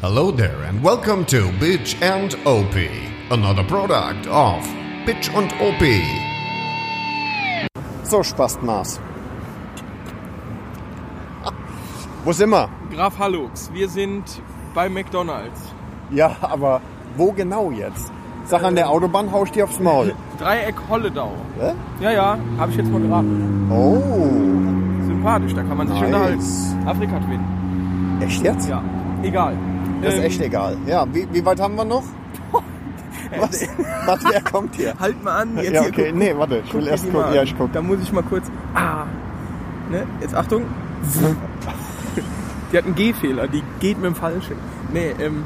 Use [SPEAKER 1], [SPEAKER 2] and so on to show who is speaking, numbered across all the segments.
[SPEAKER 1] Hello there and welcome to Bitch and OP, another product of Bitch und OP.
[SPEAKER 2] So, Spastmaß. Wo sind wir?
[SPEAKER 3] Graf Hallux, wir sind bei McDonalds.
[SPEAKER 2] Ja, aber wo genau jetzt? Sag an der Autobahn, hau ich dir aufs Maul.
[SPEAKER 3] Dreieck Holledau.
[SPEAKER 2] Hä?
[SPEAKER 3] Ja, ja, habe ich jetzt mal geraten.
[SPEAKER 2] Oh,
[SPEAKER 3] Sympathisch, da kann man sich
[SPEAKER 2] Nice.
[SPEAKER 3] unterhalten. Afrika Twin.
[SPEAKER 2] echt jetzt?
[SPEAKER 3] Ja, egal.
[SPEAKER 2] Das ist
[SPEAKER 3] Ähm,
[SPEAKER 2] echt egal. Ja, wie, wie weit haben wir noch? Was? Warte, wer kommt hier?
[SPEAKER 3] Halt mal an, jetzt
[SPEAKER 2] Ja,
[SPEAKER 3] hier,
[SPEAKER 2] okay,
[SPEAKER 3] guck-
[SPEAKER 2] nee, warte, ich
[SPEAKER 3] guck
[SPEAKER 2] will
[SPEAKER 3] dir
[SPEAKER 2] erst
[SPEAKER 3] die mal
[SPEAKER 2] gucken.
[SPEAKER 3] an.
[SPEAKER 2] Ja, ich guck.
[SPEAKER 3] Da muss ich mal kurz. Ah. Ne? Jetzt Achtung. Die hat einen Gehfehler, die geht mit dem Falschen. Nee, ähm.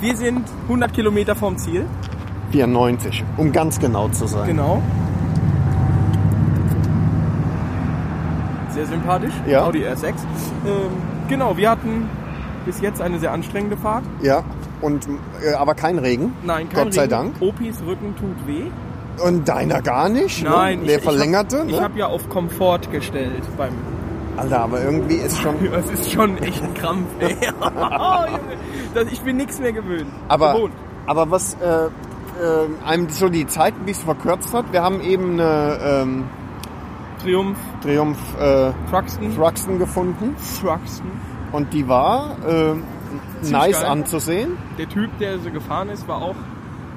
[SPEAKER 3] Wir sind 100 Kilometer vom Ziel.
[SPEAKER 2] 94, um ganz genau zu sein.
[SPEAKER 3] Genau. Sehr sympathisch.
[SPEAKER 2] Ja.
[SPEAKER 3] Audi R6. Ähm, genau, wir hatten bis jetzt eine sehr anstrengende Fahrt.
[SPEAKER 2] Ja, und, äh, aber kein Regen.
[SPEAKER 3] Nein, kein
[SPEAKER 2] Gott sei
[SPEAKER 3] Regen.
[SPEAKER 2] Dank.
[SPEAKER 3] Opis Rücken tut weh.
[SPEAKER 2] Und deiner gar nicht?
[SPEAKER 3] Nein,
[SPEAKER 2] ne? Der verlängerte?
[SPEAKER 3] Ich habe
[SPEAKER 2] ne?
[SPEAKER 3] hab ja auf Komfort gestellt beim.
[SPEAKER 2] Alter, aber irgendwie ist schon.
[SPEAKER 3] Das ist schon echt ein Krampf. Ey. oh, Junge. das, ich bin nichts mehr gewöhnt.
[SPEAKER 2] Aber,
[SPEAKER 3] gewohnt.
[SPEAKER 2] aber was äh, äh, einem so die Zeit ein bisschen verkürzt hat, wir haben eben eine ähm,
[SPEAKER 3] Triumph,
[SPEAKER 2] Triumph äh,
[SPEAKER 3] Truxton,
[SPEAKER 2] Truxton gefunden
[SPEAKER 3] Truxton.
[SPEAKER 2] und die war äh, nice
[SPEAKER 3] geil.
[SPEAKER 2] anzusehen,
[SPEAKER 3] Der Typ, der so gefahren ist, war auch.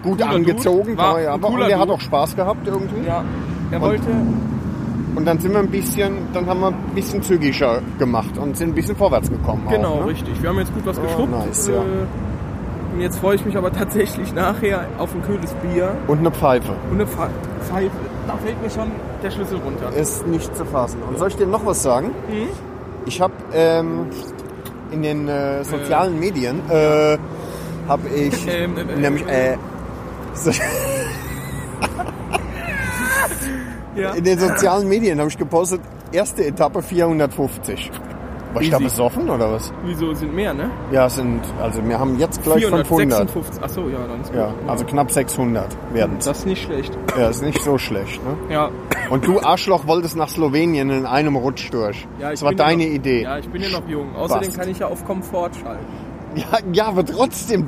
[SPEAKER 2] gut
[SPEAKER 3] Cooler
[SPEAKER 2] angezogen,
[SPEAKER 3] Dude, war
[SPEAKER 2] ja,
[SPEAKER 3] ein
[SPEAKER 2] aber und
[SPEAKER 3] cooler
[SPEAKER 2] der hat
[SPEAKER 3] Dude.
[SPEAKER 2] auch Spaß gehabt irgendwie.
[SPEAKER 3] Ja, er
[SPEAKER 2] Und-
[SPEAKER 3] wollte
[SPEAKER 2] Und dann sind wir ein bisschen, dann haben wir ein bisschen zügiger gemacht und sind ein bisschen vorwärts gekommen.
[SPEAKER 3] Genau,
[SPEAKER 2] auch, ne?
[SPEAKER 3] richtig. Wir haben jetzt gut was geschrubbt.
[SPEAKER 2] nice, ja.
[SPEAKER 3] äh, und jetzt freue ich mich aber tatsächlich nachher auf ein kühles Bier
[SPEAKER 2] Und eine Pfeife.
[SPEAKER 3] und eine Pfe- Pfeife. Da fällt mir schon der Schlüssel runter.
[SPEAKER 2] ist nicht zu fassen. Und soll ich dir noch was sagen?
[SPEAKER 3] Mhm.
[SPEAKER 2] Ich habe ähm, in den äh, sozialen Medien äh, habe ich
[SPEAKER 3] Ähm, äh, äh,
[SPEAKER 2] nämlich äh, so,
[SPEAKER 3] Ja.
[SPEAKER 2] in den sozialen Medien habe ich gepostet erste Etappe 450. War ich da
[SPEAKER 3] Easy.
[SPEAKER 2] besoffen oder was?
[SPEAKER 3] Wieso sind mehr, ne?
[SPEAKER 2] Ja, es sind also wir haben jetzt gleich 500.
[SPEAKER 3] 456. Achso, ja, dann ist gut.
[SPEAKER 2] Ja, also knapp 600 werden
[SPEAKER 3] das ist nicht schlecht.
[SPEAKER 2] Ja, ist nicht so schlecht. Ne?
[SPEAKER 3] Ja,
[SPEAKER 2] Und du Arschloch wolltest nach Slowenien in einem Rutsch durch.
[SPEAKER 3] ja
[SPEAKER 2] das war
[SPEAKER 3] bin ja
[SPEAKER 2] deine
[SPEAKER 3] noch,
[SPEAKER 2] Idee.
[SPEAKER 3] Ja, ich bin ja noch jung. Außerdem
[SPEAKER 2] Spast.
[SPEAKER 3] kann ich ja auf Komfort schalten.
[SPEAKER 2] Ja, ja, aber trotzdem,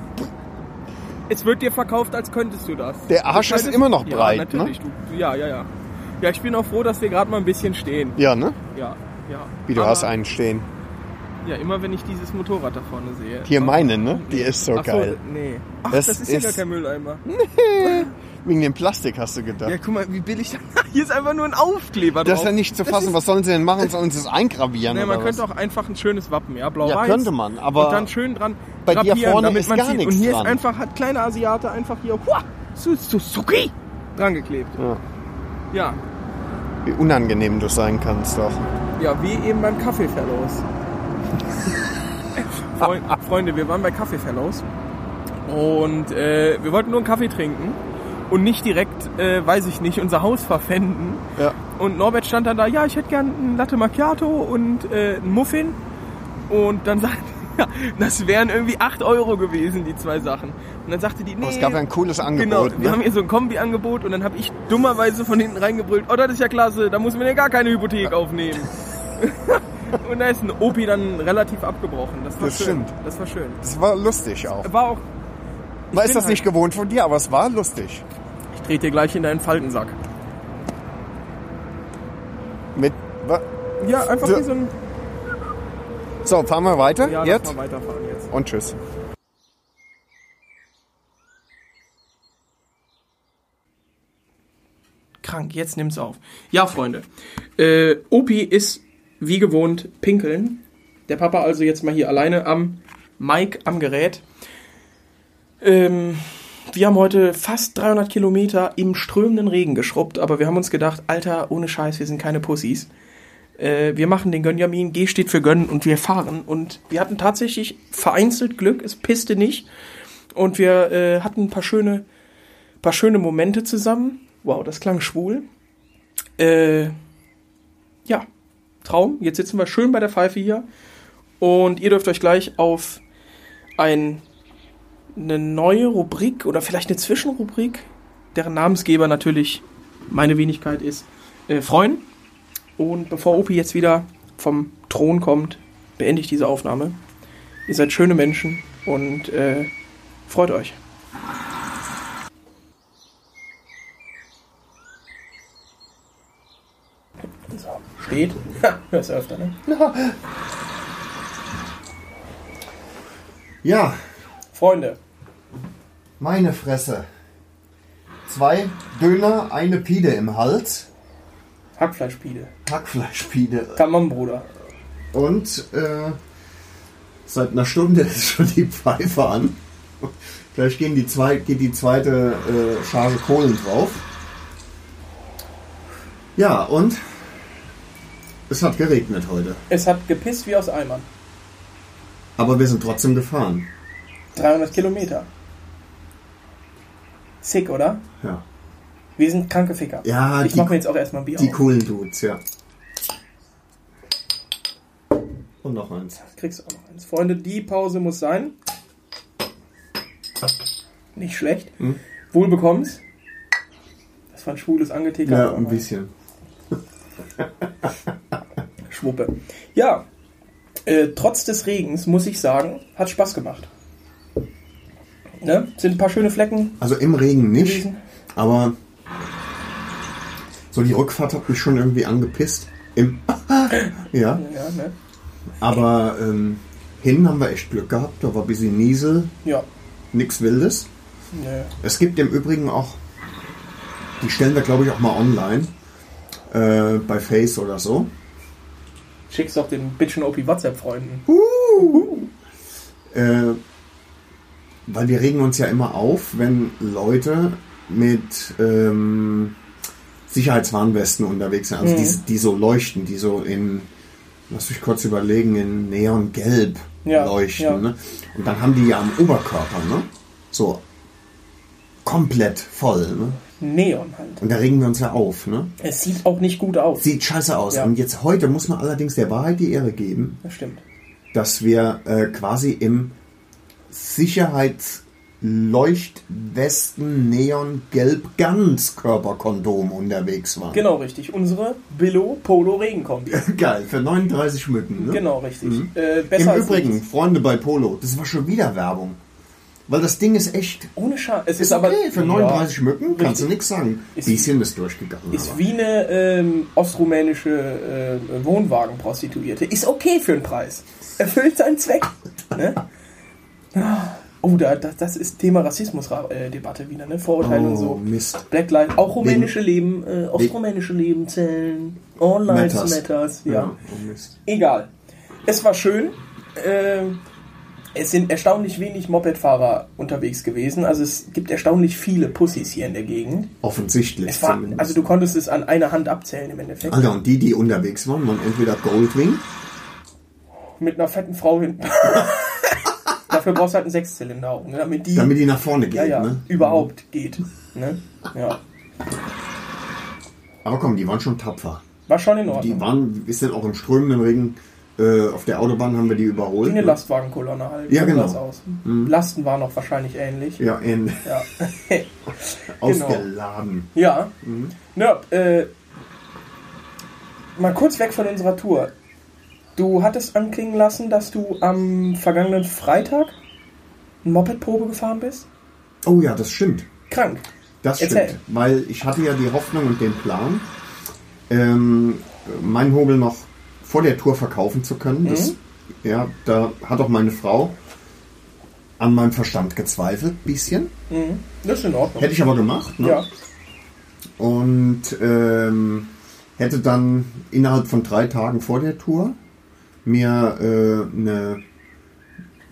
[SPEAKER 3] Es wird dir verkauft, als könntest du das.
[SPEAKER 2] der Arsch
[SPEAKER 3] Das
[SPEAKER 2] ist immer noch
[SPEAKER 3] ja,
[SPEAKER 2] breit, ne?
[SPEAKER 3] natürlich. Du, ja, ja, ja. Ja, ich bin auch froh, dass wir gerade mal ein bisschen stehen.
[SPEAKER 2] Ja, ne?
[SPEAKER 3] Ja, ja.
[SPEAKER 2] Wie, du
[SPEAKER 3] Aber-
[SPEAKER 2] hast einen stehen.
[SPEAKER 3] Ja, immer wenn ich dieses Motorrad da vorne sehe. Oh.
[SPEAKER 2] Hier meine, ne? Die ist so
[SPEAKER 3] Ach so,
[SPEAKER 2] geil.
[SPEAKER 3] nee. Ach,
[SPEAKER 2] Das
[SPEAKER 3] das, ist ja
[SPEAKER 2] ist- Hm?
[SPEAKER 3] gar kein Mülleimer.
[SPEAKER 2] Wegen dem Plastik hast du gedacht.
[SPEAKER 3] äh, Ja, genau. guck mal, wie billig das Hier ist einfach nur ein Aufkleber
[SPEAKER 2] das ist
[SPEAKER 3] drauf.
[SPEAKER 2] ja nicht zu fassen. Was sollen sie denn machen? Sollen sie es eingravieren
[SPEAKER 3] Nee, man
[SPEAKER 2] oder was?
[SPEAKER 3] könnte auch einfach ein schönes Wappen, ja, blau-weiß.
[SPEAKER 2] Ja, könnte man, aber
[SPEAKER 3] Und dann schön dran
[SPEAKER 2] bei dir
[SPEAKER 3] drapieren,
[SPEAKER 2] vorne
[SPEAKER 3] damit
[SPEAKER 2] ist
[SPEAKER 3] man
[SPEAKER 2] gar
[SPEAKER 3] sieht.
[SPEAKER 2] nichts
[SPEAKER 3] Und hier
[SPEAKER 2] dran.
[SPEAKER 3] ist einfach, hat kleiner Asiate einfach hier, hua, Su- Suzuki, dran geklebt.
[SPEAKER 2] Ja.
[SPEAKER 3] Ja.
[SPEAKER 2] Wie unangenehm du sein kannst doch.
[SPEAKER 3] Ja, wie eben beim Kaffee-Fellows. Freund, Freunde, wir waren bei Kaffee-Fellows und äh, wir wollten nur einen Kaffee trinken und nicht direkt, äh, weiß ich nicht, unser Haus verpfänden.
[SPEAKER 2] Ja.
[SPEAKER 3] Und Norbert stand dann da, ja, ich hätte gern einen Latte Macchiato und äh, einen Muffin. Und dann sagt ja, das wären irgendwie 8 Euro gewesen, die zwei Sachen. Und dann sagte die, nee,
[SPEAKER 2] Aber es gab ja ein cooles
[SPEAKER 3] Genau,
[SPEAKER 2] Angebot.
[SPEAKER 3] wir haben
[SPEAKER 2] ne?
[SPEAKER 3] hier so ein Kombi-Angebot und dann habe ich dummerweise von hinten reingebrüllt, oh, das ist ja klasse, da muss man ja gar keine Hypothek aufnehmen. und da ist ein Opi dann relativ abgebrochen. Das war
[SPEAKER 2] Das
[SPEAKER 3] schön.
[SPEAKER 2] stimmt.
[SPEAKER 3] Das war schön.
[SPEAKER 2] Das war lustig auch.
[SPEAKER 3] War auch,
[SPEAKER 2] Man
[SPEAKER 3] bin
[SPEAKER 2] ist
[SPEAKER 3] Äh,
[SPEAKER 2] das
[SPEAKER 3] halt-
[SPEAKER 2] nicht gewohnt von dir, aber es war lustig.
[SPEAKER 3] ich drehe dir gleich in deinen Faltensack.
[SPEAKER 2] Mit wa-
[SPEAKER 3] Ja, einfach
[SPEAKER 2] So,
[SPEAKER 3] wie so ein...
[SPEAKER 2] so, fahren wir weiter
[SPEAKER 3] Ja, lass
[SPEAKER 2] jetzt
[SPEAKER 3] mal weiterfahren jetzt.
[SPEAKER 2] und tschüss.
[SPEAKER 3] Krank, jetzt nimm's auf. Ja, Freunde, äh, Opi ist wie gewohnt pinkeln. Der Papa also jetzt mal hier alleine am Mike am Gerät. Ähm, wir haben heute fast 300 Kilometer im strömenden Regen geschrubbt, aber wir haben uns gedacht, Alter, ohne Scheiß, wir sind keine Pussys. Äh, wir machen den Gönjamin, G steht für Gönnen und wir fahren. Und wir hatten tatsächlich vereinzelt Glück, es pisste nicht. Und wir äh, hatten ein paar schöne, paar schöne Momente zusammen. Wow, das klang schwul. Äh, ja, Traum. Jetzt sitzen wir schön bei der Pfeife hier. Und ihr dürft euch gleich auf ein, eine neue Rubrik oder vielleicht eine Zwischenrubrik, deren Namensgeber natürlich meine Wenigkeit ist, äh, freuen. Und bevor Opi jetzt wieder vom Thron kommt, beende ich diese Aufnahme. Ihr seid schöne Menschen. und äh, freut euch. So, steht. Ha, hörst du öfter, ne?
[SPEAKER 2] Ja,
[SPEAKER 3] Freunde,
[SPEAKER 2] meine Fresse. Zwei Döner, eine Pide im Hals.
[SPEAKER 3] Hackfleischspiele.
[SPEAKER 2] Hackfleischpide.
[SPEAKER 3] Kann man, Bruder.
[SPEAKER 2] Und äh, seit einer Stunde ist schon die Pfeife an. Gleich gehen die zwei, geht die zweite äh, Charge Kohlen drauf. Ja, und es hat geregnet heute.
[SPEAKER 3] Es hat gepisst wie aus Eimern.
[SPEAKER 2] Aber wir sind trotzdem gefahren.
[SPEAKER 3] 300 Kilometer. Sick, oder?
[SPEAKER 2] Ja.
[SPEAKER 3] Wir sind kranke Ficker.
[SPEAKER 2] Ja,
[SPEAKER 3] ich
[SPEAKER 2] die-
[SPEAKER 3] mache mir jetzt auch erstmal ein Bier
[SPEAKER 2] Die
[SPEAKER 3] auf.
[SPEAKER 2] coolen Dudes, ja. Und noch eins.
[SPEAKER 3] Kriegst du auch noch eins. Freunde, die Pause muss sein. Nicht schlecht.
[SPEAKER 2] Hm?
[SPEAKER 3] Wohl bekommst. Das war ein schwules Angeticker.
[SPEAKER 2] Ja, ein bisschen.
[SPEAKER 3] Schwuppe. Ja, äh, trotz des Regens muss ich sagen, hat Spaß gemacht. Ne? Sind ein paar schöne Flecken.
[SPEAKER 2] Also im Regen nicht,
[SPEAKER 3] Gewesen.
[SPEAKER 2] aber so die Rückfahrt hat mich schon irgendwie angepisst. Im
[SPEAKER 3] Ja,
[SPEAKER 2] ja,
[SPEAKER 3] ne?
[SPEAKER 2] aber ähm, hin haben wir echt Glück gehabt. Da war ein bisschen Niesel,
[SPEAKER 3] ja.
[SPEAKER 2] nichts Wildes.
[SPEAKER 3] Ne.
[SPEAKER 2] Es gibt im Übrigen auch, die stellen wir glaube ich auch mal online, äh, bei Face oder so.
[SPEAKER 3] Schick's doch den bitchen OP WhatsApp-Freunden.
[SPEAKER 2] Äh, weil wir regen uns ja immer auf, wenn Leute mit ähm, Sicherheitswarnwesten unterwegs sind, also
[SPEAKER 3] Mhm.
[SPEAKER 2] die, die so leuchten, die so in, lass mich kurz überlegen, in Neongelb
[SPEAKER 3] Ja,
[SPEAKER 2] leuchten.
[SPEAKER 3] ja.
[SPEAKER 2] Ne? Und dann haben die ja am Oberkörper, ne? So komplett voll, ne?
[SPEAKER 3] Neon halt.
[SPEAKER 2] Und da regen wir uns ja auf, ne?
[SPEAKER 3] Es sieht auch nicht gut aus.
[SPEAKER 2] Sieht scheiße aus.
[SPEAKER 3] Ja.
[SPEAKER 2] Und jetzt heute muss man allerdings der Wahrheit die Ehre geben
[SPEAKER 3] Das stimmt.
[SPEAKER 2] dass wir äh, quasi im Sicherheitsleuchtwesten Neon Gelb Ganzkörperkondom unterwegs waren.
[SPEAKER 3] Genau richtig. Unsere Billo Polo Regenkombi.
[SPEAKER 2] Geil, für 39 Mücken. Ne?
[SPEAKER 3] Genau richtig. Äh,
[SPEAKER 2] Im
[SPEAKER 3] besser als
[SPEAKER 2] Übrigen,
[SPEAKER 3] nichts.
[SPEAKER 2] Freunde bei Polo, das war schon wieder Werbung. Weil das Ding ist echt.
[SPEAKER 3] Ohne Scheiß. Es ist,
[SPEAKER 2] Ist okay,
[SPEAKER 3] aber
[SPEAKER 2] für 39
[SPEAKER 3] ja,
[SPEAKER 2] Mücken kannst du
[SPEAKER 3] richtig.
[SPEAKER 2] nichts sagen.
[SPEAKER 3] Ist-
[SPEAKER 2] Bisschen ist durchgegangen.
[SPEAKER 3] Ist
[SPEAKER 2] aber.
[SPEAKER 3] wie eine ähm, ostrumänische äh, Wohnwagenprostituierte. Ist okay für den Preis. Erfüllt seinen Zweck. Ne? Oh, da, das, das ist Thema Rassismus-Debatte wieder, ne? Vorurteile und
[SPEAKER 2] oh,
[SPEAKER 3] so.
[SPEAKER 2] Mist.
[SPEAKER 3] Black Lives, auch rumänische Leben, äh, ostromänische Leben zählen. All Lives
[SPEAKER 2] Matters.
[SPEAKER 3] Matters. Ja.
[SPEAKER 2] oh Mist.
[SPEAKER 3] Egal. Es war schön. Ähm, es sind erstaunlich wenig Mopedfahrer unterwegs gewesen. Also es gibt erstaunlich viele Pussys hier in der Gegend.
[SPEAKER 2] Offensichtlich.
[SPEAKER 3] Es war,
[SPEAKER 2] zumindest.
[SPEAKER 3] also du konntest es an einer Hand abzählen im Endeffekt.
[SPEAKER 2] Alter, und die, die unterwegs waren, waren entweder Goldwing
[SPEAKER 3] Mit einer fetten Frau hinten. Dafür brauchst du halt einen Sechszylinder auch, ne? damit die
[SPEAKER 2] Damit die nach vorne geht,
[SPEAKER 3] ja, ja,
[SPEAKER 2] ne?
[SPEAKER 3] überhaupt geht. Ne? Ja.
[SPEAKER 2] Aber komm, die waren schon tapfer.
[SPEAKER 3] War schon in Ordnung.
[SPEAKER 2] Die waren, ist denn auch im strömenden Regen, äh, auf der Autobahn haben wir die
[SPEAKER 3] Wie
[SPEAKER 2] überholt.
[SPEAKER 3] eine
[SPEAKER 2] ne?
[SPEAKER 3] Lastwagenkolonne halt.
[SPEAKER 2] Ja,
[SPEAKER 3] So
[SPEAKER 2] genau.
[SPEAKER 3] sah's Aus. Lasten waren auch wahrscheinlich ähnlich.
[SPEAKER 2] Ja, in,
[SPEAKER 3] Ja. Genau.
[SPEAKER 2] aufgeladen.
[SPEAKER 3] Ja.
[SPEAKER 2] Mhm.
[SPEAKER 3] Nö, äh, mal kurz weg von unserer Tour. Du hattest anklingen lassen, dass du am vergangenen Freitag eine Mopedprobe gefahren bist?
[SPEAKER 2] Oh ja, das stimmt.
[SPEAKER 3] Krank.
[SPEAKER 2] Das
[SPEAKER 3] Erzähl.
[SPEAKER 2] stimmt. Weil ich hatte ja die Hoffnung und den Plan, ähm, meinen Hobel noch vor der Tour verkaufen zu können.
[SPEAKER 3] Mhm.
[SPEAKER 2] Das, ja, da hat auch meine Frau an meinem Verstand gezweifelt, bisschen.
[SPEAKER 3] Das ist in Ordnung.
[SPEAKER 2] Hätte ich aber gemacht. Ne?
[SPEAKER 3] ja.
[SPEAKER 2] und ähm, hätte dann innerhalb von drei Tagen vor der Tour mir äh, eine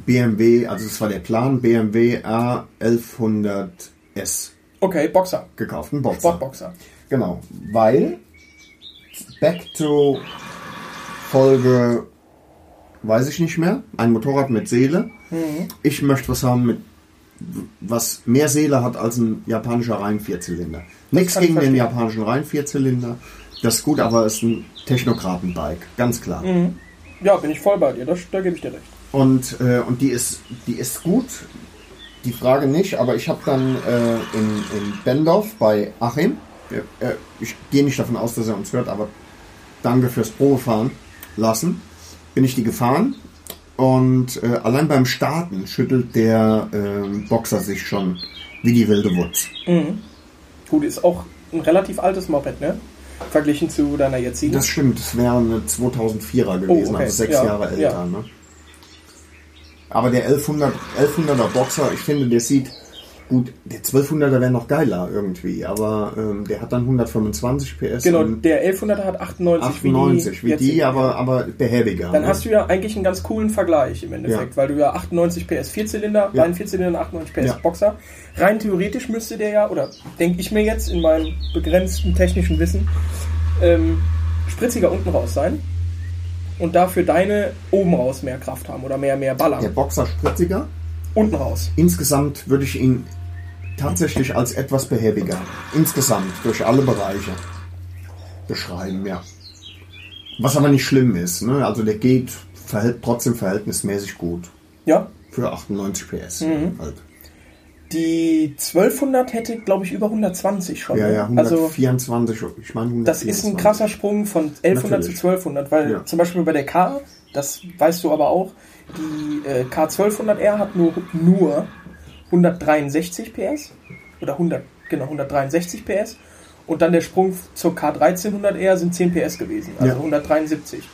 [SPEAKER 2] BMW, also das war der Plan, BMW R1100S
[SPEAKER 3] Okay, Boxer.
[SPEAKER 2] gekauft, ein Boxer.
[SPEAKER 3] Sportboxer.
[SPEAKER 2] Genau, weil back to Folge, weiß ich nicht mehr, ein Motorrad mit Seele.
[SPEAKER 3] Mhm.
[SPEAKER 2] Ich möchte was haben mit was mehr Seele hat als ein japanischer Reihenvierzylinder. Nichts
[SPEAKER 3] kann ich
[SPEAKER 2] gegen
[SPEAKER 3] verstehen.
[SPEAKER 2] den japanischen Reihenvierzylinder. Das ist gut, aber es ist ein Technokratenbike, ganz klar.
[SPEAKER 3] Ja, bin ich voll bei dir. Das, da gebe ich dir recht.
[SPEAKER 2] Und, äh, und die, ist, die ist gut. Die Frage nicht, aber ich habe dann äh, in, in Bendorf bei Achim, äh, äh, ich gehe nicht davon aus, dass er uns hört, aber danke fürs Probefahren lassen, bin ich die gefahren Und äh, allein beim Starten schüttelt der ähm, Boxer sich schon wie die wilde Wutz.
[SPEAKER 3] Gut, ist auch ein relativ altes Moped, ne? Verglichen zu deiner jetzigen.
[SPEAKER 2] Das stimmt, das wäre eine 2004er gewesen,
[SPEAKER 3] Oh, okay,
[SPEAKER 2] also sechs
[SPEAKER 3] ja,
[SPEAKER 2] Jahre älter.
[SPEAKER 3] ja.
[SPEAKER 2] Ne? Aber der 1100, 1100er Boxer, ich finde, der sieht gut, der 1200er wäre noch geiler irgendwie, aber ähm, der hat dann 125 PS.
[SPEAKER 3] genau,
[SPEAKER 2] und
[SPEAKER 3] der 1100er hat 98,
[SPEAKER 2] 98, wie die,
[SPEAKER 3] jetzige.
[SPEAKER 2] aber, aber behäbiger.
[SPEAKER 3] Dann
[SPEAKER 2] ne?
[SPEAKER 3] hast du ja eigentlich einen ganz coolen Vergleich im Endeffekt,
[SPEAKER 2] Ja.
[SPEAKER 3] weil du ja 98 PS Vierzylinder,
[SPEAKER 2] Ja.
[SPEAKER 3] rein Vierzylinder, 98 PS
[SPEAKER 2] Ja.
[SPEAKER 3] Boxer. Rein theoretisch müsste der ja, oder denke ich mir jetzt in meinem begrenzten technischen Wissen, ähm, spritziger unten raus sein und dafür deine oben raus mehr Kraft haben oder mehr, mehr Baller.
[SPEAKER 2] der Boxer spritziger.
[SPEAKER 3] Unten raus.
[SPEAKER 2] Insgesamt würde ich ihn tatsächlich als etwas behäbiger, insgesamt durch alle Bereiche beschreiben, ja. Was aber nicht schlimm ist, ne? also der geht verhält, trotzdem verhältnismäßig gut
[SPEAKER 3] Ja,
[SPEAKER 2] für 98 PS.
[SPEAKER 3] Mhm.
[SPEAKER 2] Halt.
[SPEAKER 3] Die 1200 hätte, glaube ich, über 120 schon.
[SPEAKER 2] Ja,
[SPEAKER 3] ne?
[SPEAKER 2] ja,
[SPEAKER 3] also
[SPEAKER 2] 124, ich meine 124.
[SPEAKER 3] das ist ein krasser Sprung von 1100
[SPEAKER 2] Natürlich.
[SPEAKER 3] zu 1200, weil
[SPEAKER 2] Ja.
[SPEAKER 3] zum Beispiel bei der K, das weißt du aber auch, die äh, K1200R hat nur, nur 163 PS oder 100, genau 163 PS und dann der Sprung zur K1300R sind 10 PS gewesen, also
[SPEAKER 2] Ja.
[SPEAKER 3] 173.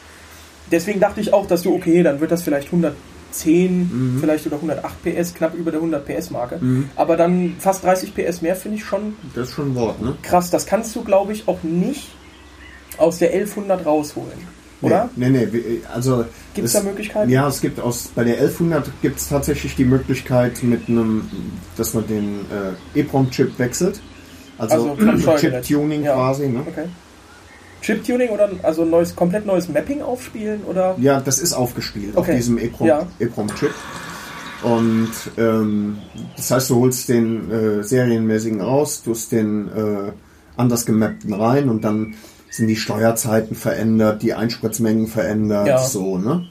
[SPEAKER 3] Deswegen dachte ich auch, dass du, okay, dann wird das vielleicht 110,
[SPEAKER 2] Mhm.
[SPEAKER 3] vielleicht oder 108 PS, knapp über der 100 PS Marke. Aber dann fast 30 PS mehr finde ich schon
[SPEAKER 2] Das ist schon ein Wort, ne?
[SPEAKER 3] krass. Das kannst du, glaube ich, auch nicht aus der 1100 rausholen. Oder?
[SPEAKER 2] Nee, nee, nee also.
[SPEAKER 3] Gibt's
[SPEAKER 2] es-
[SPEAKER 3] da Möglichkeiten?
[SPEAKER 2] Ja, es gibt aus. Bei der 1100 gibt es tatsächlich die Möglichkeit, mit einem, dass man den äh, EEPROM-Chip wechselt. Also,
[SPEAKER 3] vom Steuergerät.
[SPEAKER 2] Chip-Tuning
[SPEAKER 3] Ja.
[SPEAKER 2] quasi, ne?
[SPEAKER 3] Okay. Chip-Tuning oder also ein neues, komplett neues Mapping aufspielen? Oder?
[SPEAKER 2] Ja, das ist aufgespielt auf
[SPEAKER 3] Okay.
[SPEAKER 2] diesem EEPROM-
[SPEAKER 3] Ja.
[SPEAKER 2] EEPROM-Chip. Und ähm, das heißt, du holst den äh, serienmäßigen raus, tust den äh, anders gemappten rein und dann sind die Steuerzeiten verändert, die Einspritzmengen verändert,
[SPEAKER 3] Ja.
[SPEAKER 2] so, ne?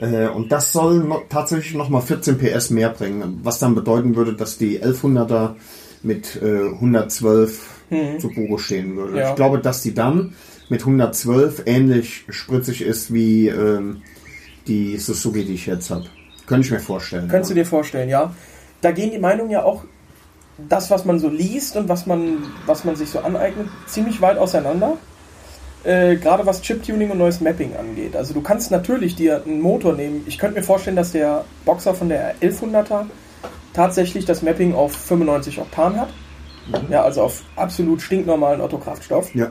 [SPEAKER 2] Äh, Und das soll no tatsächlich nochmal 14 PS mehr bringen, was dann bedeuten würde, dass die 1100er mit äh, 112 zu Buche stehen würde.
[SPEAKER 3] Mhm. Ja.
[SPEAKER 2] Ich glaube, dass die dann mit 112 ähnlich spritzig ist wie ähm, die Suzuki, die ich jetzt habe. Könnte ich mir vorstellen.
[SPEAKER 3] Könntest du
[SPEAKER 2] ja.
[SPEAKER 3] dir vorstellen, ja. Da gehen die Meinungen ja auch, das, was man so liest und was man, was man sich so aneignet, ziemlich weit auseinander. Äh, Gerade was Chip-Tuning und neues Mapping angeht. Also du kannst natürlich dir einen Motor nehmen. Ich könnte mir vorstellen, dass der Boxer von der 1100er tatsächlich das Mapping auf 95 Oktan hat. Ja, also auf absolut stinknormalen Otto-Kraftstoff
[SPEAKER 2] Mhm. Ja.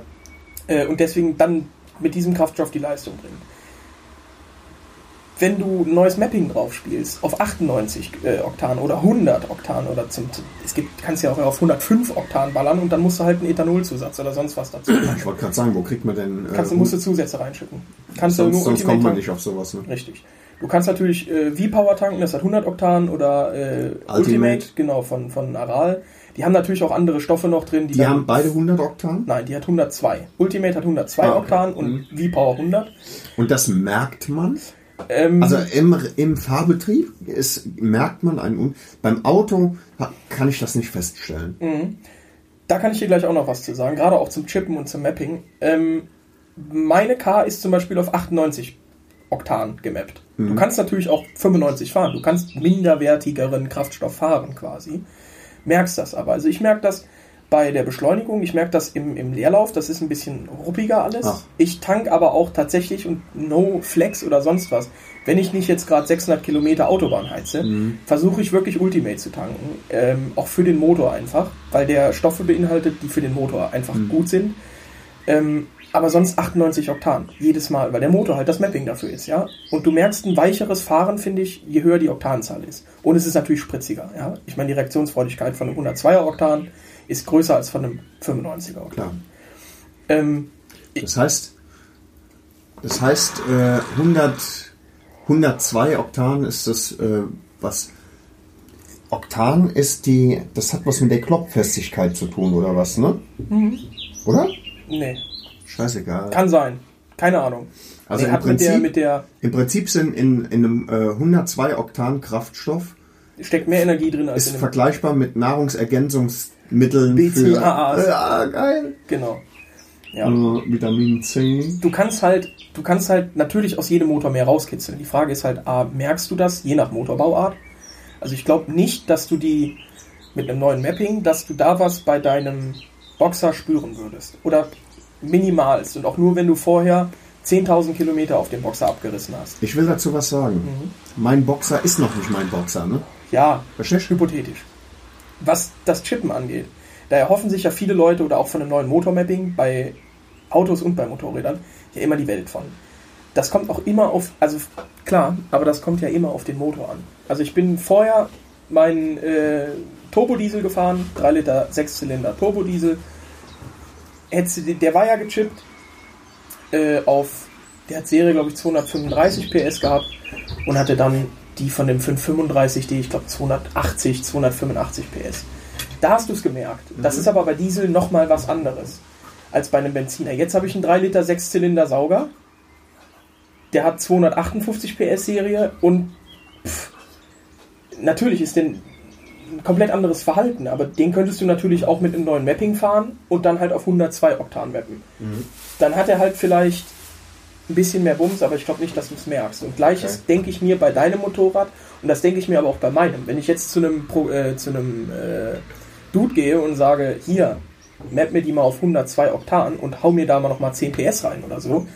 [SPEAKER 3] äh, und deswegen dann mit diesem Kraftstoff die Leistung bringen. Wenn du ein neues Mapping drauf spielst, auf 98 äh, Oktan oder 100 Oktan oder zum, zum- es gibt, kannst ja auch auf 105 Oktan ballern und dann musst du halt einen Ethanolzusatz oder sonst was dazu.
[SPEAKER 2] Ich wollte gerade sagen, wo kriegt man denn. Äh,
[SPEAKER 3] Kannst du, musst du Zusätze reinschütten. Kannst du
[SPEAKER 2] sonst
[SPEAKER 3] nur
[SPEAKER 2] sonst kommt man
[SPEAKER 3] Ultimate
[SPEAKER 2] nicht auf sowas. Ne?
[SPEAKER 3] Richtig. Du kannst natürlich äh, V-Power tanken, das hat 100 Oktan oder äh, Ultimate. genau, von, von Aral. Die haben natürlich auch andere Stoffe noch drin.
[SPEAKER 2] Die
[SPEAKER 3] dann-
[SPEAKER 2] haben beide 100 Oktan
[SPEAKER 3] Nein, die hat 102. Ultimate hat 102
[SPEAKER 2] Ah, okay.
[SPEAKER 3] Oktan und V-Power 100.
[SPEAKER 2] und das merkt man.
[SPEAKER 3] Ähm,
[SPEAKER 2] Also im, im Fahrbetrieb ist, merkt man einen. Un Beim Auto ha- kann ich das nicht feststellen.
[SPEAKER 3] da kann ich dir gleich auch noch was zu sagen, gerade auch zum Chippen und zum Mapping. Ähm, meine K ist zum Beispiel auf 98 Oktan gemappt. Du kannst natürlich auch 95 fahren. Du kannst minderwertigeren Kraftstoff fahren quasi. Merkst das aber. Also ich merke das bei der Beschleunigung, ich merke das im, im Leerlauf, das ist ein bisschen ruppiger alles.
[SPEAKER 2] Ach.
[SPEAKER 3] Ich tank aber auch tatsächlich und no Flex oder sonst was. Wenn ich nicht jetzt gerade 600 Kilometer Autobahn heize, versuche ich wirklich Ultimate zu tanken. Ähm, auch für den Motor einfach, weil der Stoffe beinhaltet, die für den Motor einfach gut sind. Ähm, aber sonst 98 Oktan, jedes Mal, weil der Motor halt das Mapping dafür ist, ja. Und du merkst ein weicheres Fahren, finde ich, je höher die Oktanzahl ist. Und es ist natürlich spritziger, ja. Ich meine, die Reaktionsfreudigkeit von einem 102er Oktan ist größer als von einem 95er Oktan.
[SPEAKER 2] Klar.
[SPEAKER 3] Ähm,
[SPEAKER 2] Das heißt, das heißt äh, 100, 102 Oktan ist das, äh, was. Oktan ist die. Das hat was mit der Klopffestigkeit zu tun, oder was, ne? Oder?
[SPEAKER 3] nee,
[SPEAKER 2] Scheißegal.
[SPEAKER 3] kann sein. Keine Ahnung.
[SPEAKER 2] Also
[SPEAKER 3] nee,
[SPEAKER 2] im
[SPEAKER 3] hat mit der,
[SPEAKER 2] Prinzip-
[SPEAKER 3] mit der,
[SPEAKER 2] Im Prinzip sind in, in einem äh, 102 Oktan Kraftstoff
[SPEAKER 3] steckt mehr Energie drin als
[SPEAKER 2] ist
[SPEAKER 3] in einem,
[SPEAKER 2] vergleichbar mit Nahrungsergänzungsmitteln
[SPEAKER 3] BCAAs.
[SPEAKER 2] für. Äh, ah, geil.
[SPEAKER 3] genau. Ja.
[SPEAKER 2] Also Vitamin C.
[SPEAKER 3] Du kannst halt, du kannst halt natürlich aus jedem Motor mehr rauskitzeln. Die Frage ist halt, A, merkst du das, je nach Motorbauart? Also ich glaube nicht, dass du die mit einem neuen Mapping, dass du da was bei deinem Boxer spüren würdest. Oder minimalst. Und auch nur, wenn du vorher 10.000 Kilometer auf dem Boxer abgerissen hast.
[SPEAKER 2] Ich will dazu was sagen. Mein Boxer ist noch nicht mein Boxer, ne?
[SPEAKER 3] Ja,
[SPEAKER 2] Verstehst du?
[SPEAKER 3] hypothetisch. Was das Chippen angeht, da erhoffen sich ja viele Leute oder auch von einem neuen Motormapping bei Autos und bei Motorrädern ja immer die Welt von. Das kommt auch immer auf, also klar, aber das kommt ja immer auf den Motor an. Also ich bin vorher meinen äh, Turbodiesel gefahren, 3 Liter Sechszylinder Turbodiesel. Hättest du den- Der war ja gechippt äh, auf, der hat Serie glaube ich 235 PS gehabt und hatte dann die von dem 535, die ich glaube 280, 285 PS. Da hast du es gemerkt. Das ist aber bei Diesel nochmal was anderes als bei einem Benziner. Jetzt habe ich einen 3 Liter Sechszylinder Sauger. Der hat 258 PS Serie und pff, natürlich ist den ein komplett anderes Verhalten, aber den könntest du natürlich auch mit einem neuen Mapping fahren und dann halt auf 102 Oktan mappen. Dann hat er halt vielleicht ein bisschen mehr Bums, aber ich glaube nicht, dass du es merkst. Und gleiches
[SPEAKER 2] Okay.
[SPEAKER 3] denke ich mir bei deinem Motorrad und das denke ich mir aber auch bei meinem. Wenn ich jetzt zu einem, Pro- äh, zu einem äh, Dude gehe und sage, hier, map mir die mal auf 102 Oktan und hau mir da mal nochmal 10 PS rein oder so,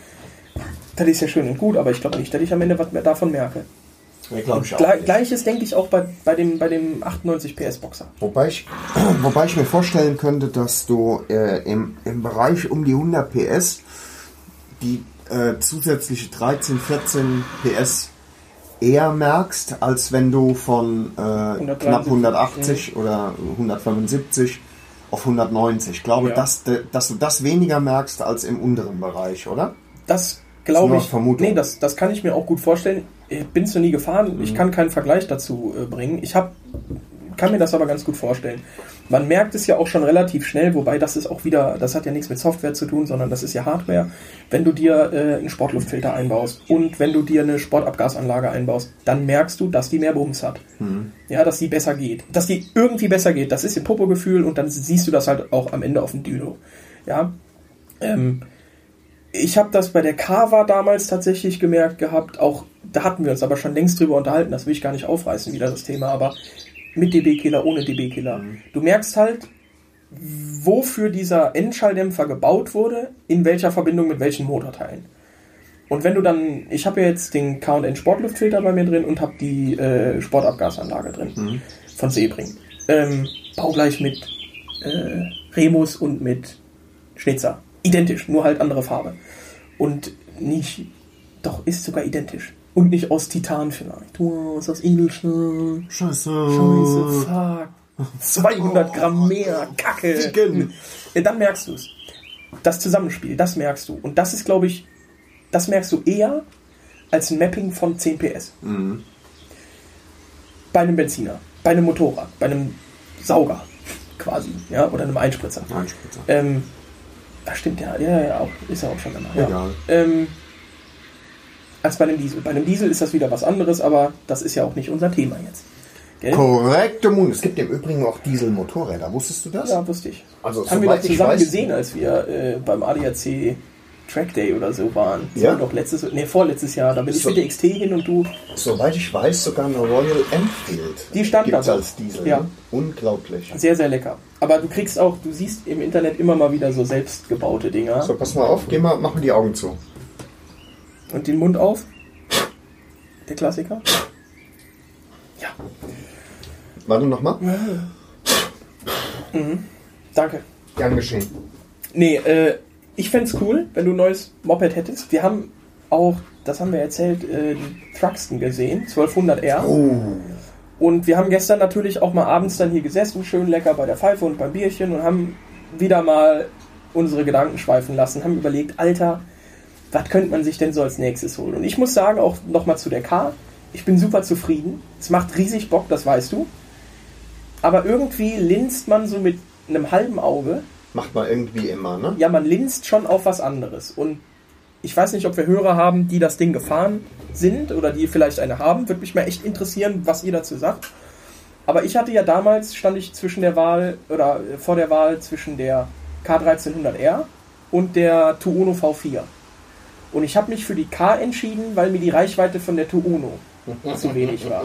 [SPEAKER 3] das ist ja schön und gut, aber ich glaube nicht, dass ich am Ende was mehr davon merke.
[SPEAKER 2] Ja, glaube ich
[SPEAKER 3] Gle Gleiches denke ich auch bei, bei, dem, bei dem 98 PS Boxer.
[SPEAKER 2] Wobei ich, wobei ich mir vorstellen könnte, dass du äh, im, im Bereich um die 100 PS die äh, zusätzliche 13, 14 PS eher merkst, als wenn du von äh, knapp 180 oder 175 auf 190. Ich glaube,
[SPEAKER 3] Ja.
[SPEAKER 2] dass, de- dass du das weniger merkst als im unteren Bereich, oder?
[SPEAKER 3] Das
[SPEAKER 2] Ist
[SPEAKER 3] glaube
[SPEAKER 2] nur
[SPEAKER 3] ich.
[SPEAKER 2] Vermutung.
[SPEAKER 3] Nee, das, das kann ich mir auch gut vorstellen. Ich bin es noch nie gefahren.
[SPEAKER 2] Mhm.
[SPEAKER 3] Ich kann keinen Vergleich dazu äh, bringen. Ich hab, kann mir das aber ganz gut vorstellen. Man merkt es ja auch schon relativ schnell, wobei das ist auch wieder, das hat ja nichts mit Software zu tun, sondern das ist ja Hardware. Wenn du dir äh, einen Sportluftfilter einbaust und wenn du dir eine Sportabgasanlage einbaust, dann merkst du, dass die mehr Bums hat.
[SPEAKER 2] Mhm.
[SPEAKER 3] Ja, dass die besser geht. Dass die irgendwie besser geht. Das ist ihr Popo-Gefühl und dann siehst du das halt auch am Ende auf dem Dino. Ja. Ähm, ich habe das bei der Kava damals tatsächlich gemerkt gehabt, auch da hatten wir uns aber schon längst drüber unterhalten, das will ich gar nicht aufreißen, wieder das Thema, aber mit DB-Killer, ohne DB-Killer. Du merkst halt, wofür dieser Endschalldämpfer gebaut wurde, in welcher Verbindung mit welchen Motorteilen. Und wenn du dann, ich habe ja jetzt den K&N Sportluftfilter bei mir drin und habe die äh, Sportabgasanlage drin von Sebring. Ähm, baugleich mit äh, Remus und mit Schnitzer. Identisch, nur halt andere Farbe. Und nicht, doch ist sogar identisch. Und nicht aus Titan vielleicht. Wow, ist aus Edelstahl.
[SPEAKER 2] Scheiße. Oh.
[SPEAKER 3] Scheiße, fuck. 200 Gramm mehr, Kacke. Hm.
[SPEAKER 2] Chicken.
[SPEAKER 3] Ja, dann merkst du es. Das Zusammenspiel, das merkst du. Und das ist, glaube ich, das merkst du eher als ein Mapping von 10 PS. Bei einem Benziner, bei einem Motorrad, bei einem Sauger quasi, ja, oder einem Einspritzer.
[SPEAKER 2] Nein, Spitze.
[SPEAKER 3] Ähm, das stimmt ja, ja, ja, auch, ist ja auch schon immer. Ja.
[SPEAKER 2] Egal.
[SPEAKER 3] Ähm, als bei einem Diesel. Bei einem Diesel ist das wieder was anderes, aber das ist ja auch nicht unser Thema jetzt. Gell?
[SPEAKER 2] Korrekte Mund. Äh? Es gibt im Übrigen auch Dieselmotorräder. Wusstest du das?
[SPEAKER 3] Ja, wusste ich.
[SPEAKER 2] Also,
[SPEAKER 3] haben wir
[SPEAKER 2] soweit
[SPEAKER 3] das
[SPEAKER 2] ich
[SPEAKER 3] zusammen
[SPEAKER 2] weiß-
[SPEAKER 3] gesehen, als wir äh, beim ADAC Track Day oder so waren. Das
[SPEAKER 2] Ja.
[SPEAKER 3] war doch letztes, nee, vorletztes Jahr. Da bin ich
[SPEAKER 2] So.
[SPEAKER 3] mit der XT hin und du.
[SPEAKER 2] Soweit ich weiß, sogar eine Royal Enfield.
[SPEAKER 3] Die stand
[SPEAKER 2] Gibt's
[SPEAKER 3] da.
[SPEAKER 2] als Diesel.
[SPEAKER 3] Ja.
[SPEAKER 2] Ne? Unglaublich.
[SPEAKER 3] Sehr, sehr lecker. Aber du kriegst auch, du siehst im Internet immer mal wieder so selbstgebaute Dinger.
[SPEAKER 2] So, pass mal auf, geh mal, mach mal die Augen zu.
[SPEAKER 3] Und den Mund auf. Der Klassiker. Ja,
[SPEAKER 2] Warte nochmal.
[SPEAKER 3] danke.
[SPEAKER 2] Gern geschehen.
[SPEAKER 3] Nee, äh, ich fänd's cool, wenn du ein neues Moped hättest. Wir haben auch, das haben wir erzählt, äh, die Truxton gesehen, 1200R.
[SPEAKER 2] Oh.
[SPEAKER 3] Und wir haben gestern natürlich auch mal abends dann hier gesessen, schön lecker bei der Pfeife und beim Bierchen und haben wieder mal unsere Gedanken schweifen lassen, haben überlegt, Alter, was könnte man sich denn so als nächstes holen? Und ich muss sagen, auch nochmal zu der K, ich bin super zufrieden. Es macht riesig Bock, das weißt du. Aber irgendwie linst man so mit einem halben Auge
[SPEAKER 2] Macht man irgendwie immer, ne?
[SPEAKER 3] ja, man linst schon auf was anderes. Und ich weiß nicht, ob wir Hörer haben, die das Ding gefahren sind oder die vielleicht eine haben. Würde mich mal echt interessieren, was ihr dazu sagt. Aber ich hatte ja damals, stand ich zwischen der Wahl oder äh, vor der Wahl zwischen der K1300R und der Tuono V4. Und ich habe mich für die K entschieden, weil mir die Reichweite von der Tuono zu wenig war.